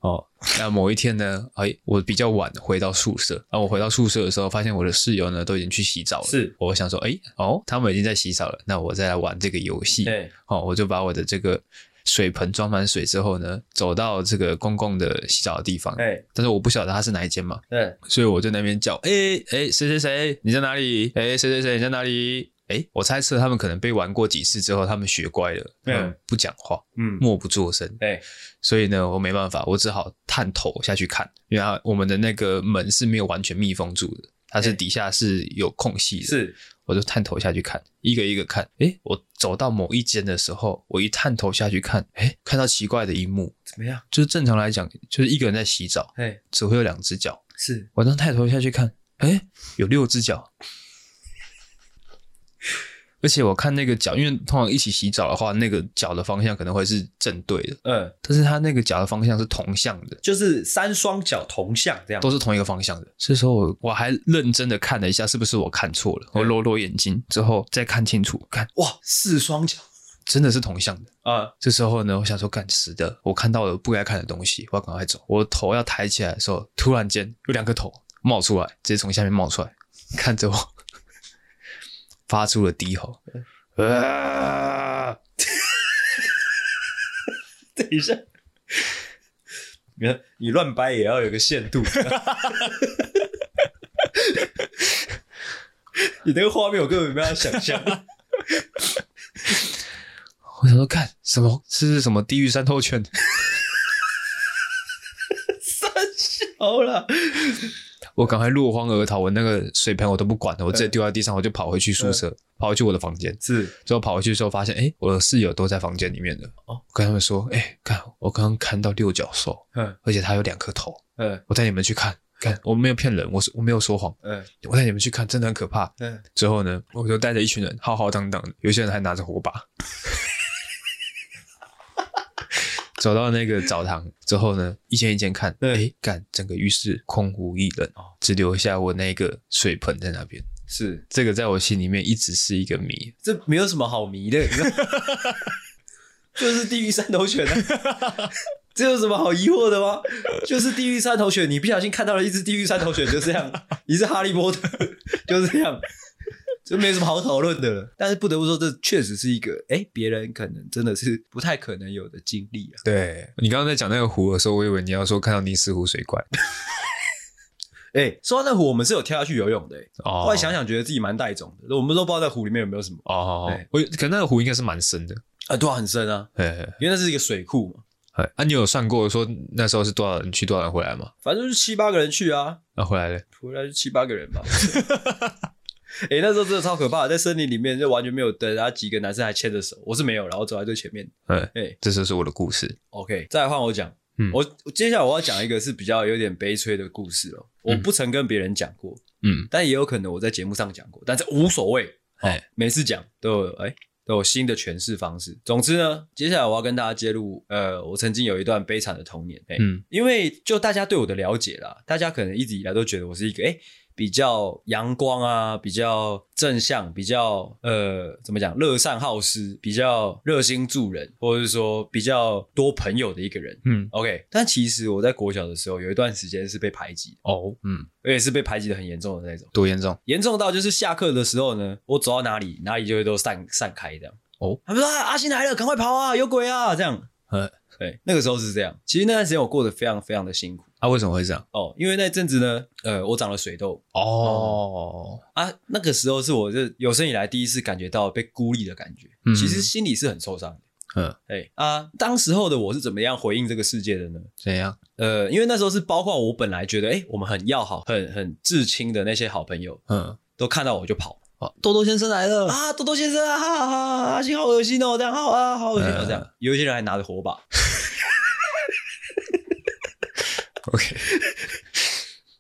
Speaker 2: 哦，那某一天呢，哎，我比较晚回到宿舍，然后我回到宿舍的时候，发现我的室友呢都已经去洗澡了。
Speaker 3: 是，
Speaker 2: 我想说，哎，哦，他们已经在洗澡了，那我再来玩这个游戏。
Speaker 3: 对，
Speaker 2: 哦，我就把我的这个水盆装满水之后呢，走到这个公共的洗澡的地方，
Speaker 3: 哎，
Speaker 2: 但是我不晓得它是哪一间嘛，
Speaker 3: 嗯，
Speaker 2: 所以我就那边叫，哎哎，谁谁谁，你在哪里？哎，谁谁谁，你在哪里？哎，我猜测他们可能被玩过几次之后，他们学乖了，
Speaker 3: 嗯
Speaker 2: 嗯，不讲话，
Speaker 3: 嗯，
Speaker 2: 默不作声，
Speaker 3: 哎，
Speaker 2: 所以呢，我没办法，我只好探头下去看，因为它我们的那个门是没有完全密封住的，它是
Speaker 3: 哎
Speaker 2: 底下是有空隙的。，
Speaker 3: 是，
Speaker 2: 我就探头下去看，一个一个看。诶，我走到某一间的时候，我一探头下去看，诶，看到奇怪的一幕，
Speaker 3: 怎么样？
Speaker 2: 就是正常来讲，就是一个人在洗澡，
Speaker 3: 哎，
Speaker 2: 只会有两只脚。
Speaker 3: 是，
Speaker 2: 我当探头下去看，诶，有六只脚。 而且我看那个脚，因为通常一起洗澡的话，那个脚的方向可能会是正对的，
Speaker 3: 嗯，
Speaker 2: 但是他那个脚的方向是同向的，
Speaker 3: 就是三双脚同向这样
Speaker 2: 都。是同一个方向的。这时候我我还认真的看了一下，是不是我看错了？我揉揉眼睛之后再看清楚，看
Speaker 3: 哇，四双脚
Speaker 2: 真的是同向的。
Speaker 3: 啊，
Speaker 2: 这时候呢，我想说，干死的，我看到了不该看的东西，我要赶快走。我头要抬起来的时候，突然间有两个头冒出来，直接从下面冒出来，看着我，发出了低吼。
Speaker 3: 呃
Speaker 2: 啊！
Speaker 3: 等一下，你看你乱掰也要有个限度。 你那个画面我根本没办法想象。
Speaker 2: 我想说，看什么？这是什么地狱三头犬？
Speaker 3: 好了，
Speaker 2: 我赶快落荒而逃，我那个水盆我都不管了，我直接丢在地上，我就跑回去宿舍，跑回去我的房间。
Speaker 3: 是
Speaker 2: 最后跑回去的时候，发现哎、诶我的室友都在房间里面了。哦，我跟他们说，哎、看我刚刚看到六角兽，
Speaker 3: 嗯
Speaker 2: 而且它有两颗头，
Speaker 3: 嗯
Speaker 2: 我带你们去看。看，我没有骗人，我是我没有说谎，
Speaker 3: 嗯
Speaker 2: 我带你们去看，真的很可怕。
Speaker 3: 嗯，
Speaker 2: 之后呢，我就带着一群人浩浩荡荡的，有些人还拿着火把， 走到那个澡堂之后呢，一间一间看，
Speaker 3: 对
Speaker 2: 哎，干，整个浴室空无一人
Speaker 3: 嗯哦，
Speaker 2: 只留下我那个水盆在那边。
Speaker 3: 是
Speaker 2: 这个在我心里面一直是一个谜。
Speaker 3: 这没有什么好迷的，你 知道吗就是地狱三头犬啊。 这有什么好疑惑的吗？就是地狱三头犬，你不小心看到了一只地狱三头犬，就这样。你是哈利波 特，就这样，这没什么好讨论的了。但是不得不说，这确实是一个，哎，别人可能真的是不太可能有的经历啊。
Speaker 2: 对你刚刚在讲那个湖的时候，我以为你要说看到尼斯湖水 怪。
Speaker 3: 哎，说到那湖，我们是有跳下去游泳的、诶
Speaker 2: 哦，
Speaker 3: 后来想想，觉得自己蛮带种的。我们都不知道在湖里面有没有什么
Speaker 2: 哦
Speaker 3: 对，
Speaker 2: 我可那个湖应该是蛮深的。
Speaker 3: 啊，对啊，很深啊，
Speaker 2: 哎
Speaker 3: 因为那是一个水库嘛，
Speaker 2: 哎，啊，你有算过说那时候是多少人去，多少人回来吗？
Speaker 3: 反正就是七八个人去啊，
Speaker 2: 啊，回来了。
Speaker 3: 回来就七八个人吧。 哎、那时候真的超可怕，在森林里面就完全没有灯，然后几个男生还牵着手，我是没有，然后走在最前面。
Speaker 2: 哎，
Speaker 3: 哎、
Speaker 2: 这就是我的故事。
Speaker 3: o k 再来换我讲。
Speaker 2: 嗯
Speaker 3: 我我接下来我要讲一个是比较有点悲催的故事哦，我不曾跟别人讲过，
Speaker 2: 嗯，
Speaker 3: 但也有可能我在节目上讲过，但是无所谓，哎、
Speaker 2: 哎
Speaker 3: 每次讲都有哎、都有新的诠释方式。总之呢，接下来我要跟大家揭露，呃，我曾经有一段悲惨的童年，哎、
Speaker 2: 嗯
Speaker 3: 因为就大家对我的了解啦，大家可能一直以来都觉得我是一个哎。比较阳光啊，比较正向，比较呃，怎么讲，乐善好施，比较热心助人，或者是说比较多朋友的一个人。
Speaker 2: 嗯，
Speaker 3: OK，但其实我在国小的时候有一段时间是被排挤的，
Speaker 2: 哦，嗯，
Speaker 3: 而且是被排挤的很严重的那种。
Speaker 2: 多严重？
Speaker 3: 严重到就是下课的时候呢，我走到哪里，哪里就会都散散开这样。
Speaker 2: 哦，
Speaker 3: 他们说、啊、阿星来了，赶快跑啊，有鬼啊这样。
Speaker 2: 呃，
Speaker 3: 对，那个时候是这样。其实那段时间我过得非常非常的辛苦
Speaker 2: 啊，为什么会这样？
Speaker 3: 哦，因为那阵子呢，呃，我长了水痘
Speaker 2: 哦，
Speaker 3: 啊，那个时候是我这有生以来第一次感觉到被孤立的感觉，
Speaker 2: 嗯
Speaker 3: 其实心里是很受伤的。
Speaker 2: 嗯，
Speaker 3: 哎啊，当时候的我是怎么样回应这个世界的呢？
Speaker 2: 怎样？
Speaker 3: 呃，因为那时候是包括我本来觉得，哎、我们很要好、很很至亲的那些好朋友，
Speaker 2: 嗯，
Speaker 3: 都看到我就跑。
Speaker 2: 哦，豆豆先生来了。
Speaker 3: 啊，豆豆先生啊，哈哈哈阿星好恶心哦，这样好啊，好恶
Speaker 2: 嗯
Speaker 3: 心哦，这样。有一些人还拿着火把。
Speaker 2: OK，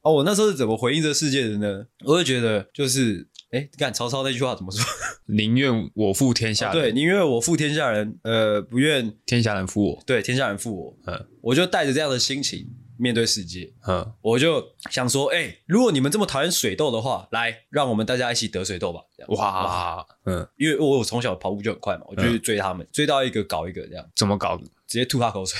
Speaker 3: 哦，我那时候是怎么回应这个世界的呢？我就觉得就是，哎，看曹操那句话怎么说？
Speaker 2: 宁愿我负天下人，
Speaker 3: 对，宁愿我负天下人，呃，不愿
Speaker 2: 天下人负我。
Speaker 3: 对天下人负我。
Speaker 2: 嗯
Speaker 3: 我就带着这样的心情面对世界。
Speaker 2: 嗯，
Speaker 3: 我就想说，哎、如果你们这么讨厌水痘的话，来，让我们大家一起得水痘吧。这样，
Speaker 2: 哇，嗯，
Speaker 3: 因为我我从小跑步就很快嘛，我就去追他们，追到一个搞一个，这样
Speaker 2: 怎么搞的？
Speaker 3: 直接吐他口水。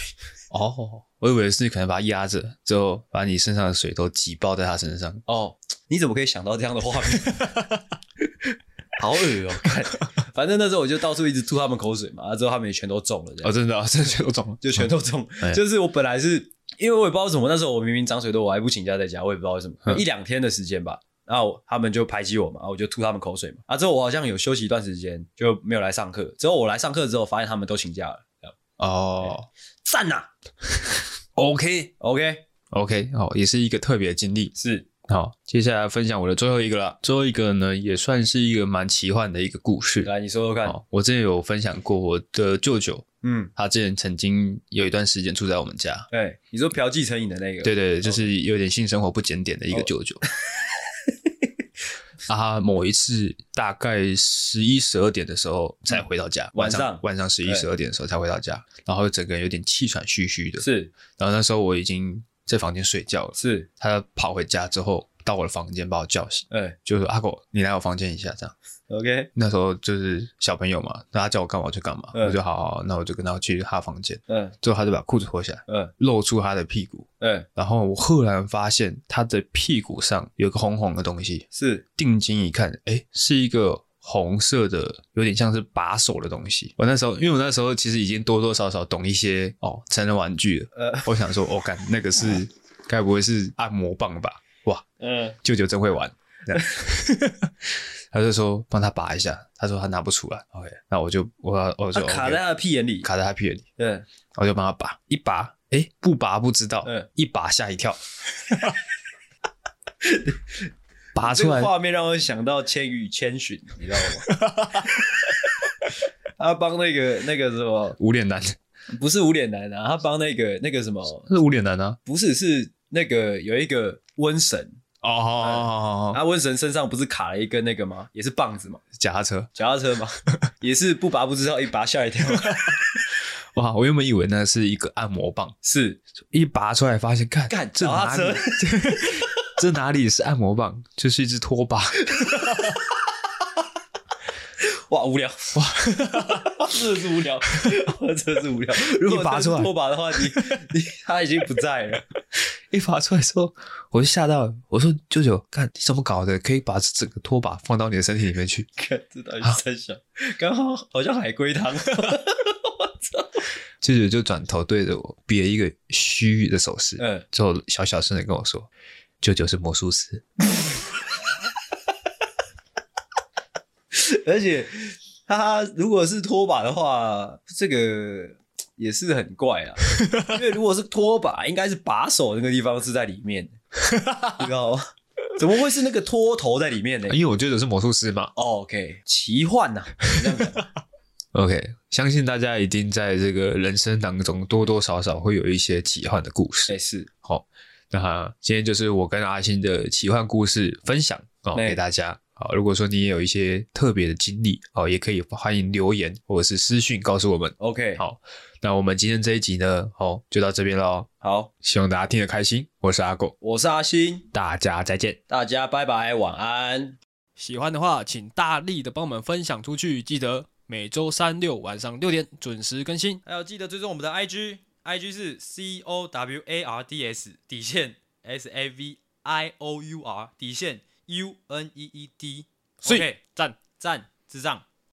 Speaker 2: 哦，我以为是可能把它压着，之后把你身上的水都挤爆在他身上。
Speaker 3: 哦，你怎么可以想到这样的画面？好恶哦！看，反正那时候我就到处一直吐他们口水嘛，啊然后之后他们也全都中了，这样、
Speaker 2: 哦，真的啊， 真的有种，
Speaker 3: 就全都中。
Speaker 2: 哎
Speaker 3: 就是我本来是因为我也不知道为什么，那时候我明明长水痘，我还不请假在家，我也不知道为什么，
Speaker 2: 嗯
Speaker 3: 一两天的时间吧。然后他们就排挤我嘛，然后我就吐他们口水嘛。啊，之后我好像有休息一段时间，就没有来上课。之后我来上课之后，发现他们都请假了，这样
Speaker 2: 哦
Speaker 3: 赞呐、
Speaker 2: ，OK
Speaker 3: OK，
Speaker 2: OK，好，也是一个特别的经历。
Speaker 3: 是
Speaker 2: 好，接下来分享我的最后一个了。最后一个呢，也算是一个蛮奇幻的一个故事。
Speaker 3: 来你说说看。
Speaker 2: 好，我之前有分享过我的舅舅，
Speaker 3: 嗯，
Speaker 2: 他之前曾经有一段时间住在我们家。
Speaker 3: 对，哎你说嫖妓成瘾的那个，
Speaker 2: 对对，对
Speaker 3: 哦
Speaker 2: 就是有点性生活不检点的一个舅舅。啊，某一次大概十一十二点的时候才回到家，晚
Speaker 3: 嗯晚上
Speaker 2: 晚上十一
Speaker 3: 对
Speaker 2: 十二点的时候才回到家，然后整个人有点气喘吁吁的。
Speaker 3: 是
Speaker 2: 然后那时候我已经在房间睡觉了，
Speaker 3: 是，
Speaker 2: 他跑回家之后到我的房间把我叫醒，
Speaker 3: 哎、
Speaker 2: 就说：“阿狗，你来我房间一下。”这样，
Speaker 3: OK，
Speaker 2: 那时候就是小朋友嘛，那他叫我干嘛我就干嘛，
Speaker 3: 嗯
Speaker 2: 我就好好，好那我就跟他去他房间。
Speaker 3: 嗯
Speaker 2: 最后他就把裤子脱下来，
Speaker 3: 嗯
Speaker 2: 露出他的屁股，
Speaker 3: 嗯，
Speaker 2: 然后我赫然发现他的屁股上有个红红的东西，
Speaker 3: 是
Speaker 2: 定睛一看，哎，是一个红色的，有点像是把手的东西。我那时候，因为我那时候其实已经多多少少懂一些哦成人玩具了，
Speaker 3: 呃
Speaker 2: 我想说，我、哦、干那个是该不会是按摩棒吧？哇，
Speaker 3: 嗯，
Speaker 2: 舅舅真会 玩。这样他就说帮他拔一下，他说他拿不出来。OK，那我就我我就、
Speaker 5: 啊卡
Speaker 2: OK
Speaker 5: 在他的屁眼里，
Speaker 2: 卡在他屁眼里，
Speaker 3: 对，
Speaker 2: 我就帮他拔，一拔，诶，不拔不知道，
Speaker 3: 嗯
Speaker 2: 一拔吓 一跳，拔
Speaker 3: 这
Speaker 2: 出来
Speaker 3: 个画面让我想到《千与千寻》，你知道吗？ 他帮那个那个什么，
Speaker 2: 无脸男，是
Speaker 3: 不是无脸男啊，他帮那个那个什么，
Speaker 2: 无脸男啊！
Speaker 3: 不是是那个有一个瘟神，
Speaker 2: 哦哦哦哦哦，
Speaker 3: 啊，瘟神身上不是卡了一根那个吗？也是棒子嘛，
Speaker 2: 脚踏车，
Speaker 3: 脚踏车 嘛，也是不拔不知道，一拔吓一跳。
Speaker 2: 哇！我原本以为那是一个按摩棒，
Speaker 3: 是
Speaker 2: 一拔出来发现，看，
Speaker 3: 干
Speaker 2: 这
Speaker 3: 脚
Speaker 2: 哪
Speaker 3: 踏
Speaker 2: 里
Speaker 3: 车？
Speaker 2: 这哪里是按摩棒，就是一只拖把。
Speaker 3: 哇，无聊 哇，真的是无聊， 真的是无聊。如果
Speaker 2: 一拔出
Speaker 3: 这
Speaker 2: 来
Speaker 3: 是拖把的话，你 你他已经不在了。
Speaker 2: 一拔出来之后，我就吓到了，我说：“舅舅，看你怎么搞的，可以把整个拖把放到你的身体里面去
Speaker 3: 看这到底是在想，刚好好像海龟 汤。？”
Speaker 2: 舅舅就转头对着我比了一个虚的手势，
Speaker 3: 嗯，
Speaker 2: 之后小小声的跟我说：“舅舅是魔术师。
Speaker 3: 而且他如果是拖把的话，这个也是很怪啊。因为如果是拖把，应该是把手那个地方是在里 面，你知道吗？怎么会是那个拖头在里面呢”
Speaker 2: 哎
Speaker 3: 哦
Speaker 2: 因为我舅舅是魔术师嘛。
Speaker 3: ？OK，奇幻啊呐、
Speaker 2: OK，相信大家一定在这个人生当中多多少少会有一些奇幻的故事。
Speaker 3: 哎是
Speaker 2: 好，那今天就是我跟阿星的奇幻故事分享哦，
Speaker 3: 哎
Speaker 2: 给大家。好，如果说你也有一些特别的经历哦，也可以欢迎留言或者是私讯告诉我们。
Speaker 3: OK，
Speaker 2: 好那我们今天这一集呢，哦，就到这边喽。
Speaker 3: 好，
Speaker 2: 希望大家听得开心，我是阿狗，
Speaker 3: 我是阿星，
Speaker 2: 大家再见。
Speaker 3: 大家拜拜，晚安。
Speaker 6: 喜欢的话，请大力的帮我们分享出去。记得每周三六晚上六点准时更新。
Speaker 7: 还有记得追踪我们的 IG，IG 是 C O W A R D S 底线 S A V I O U R 底线 U N E E D，
Speaker 6: 所以
Speaker 7: OK，赞赞智障。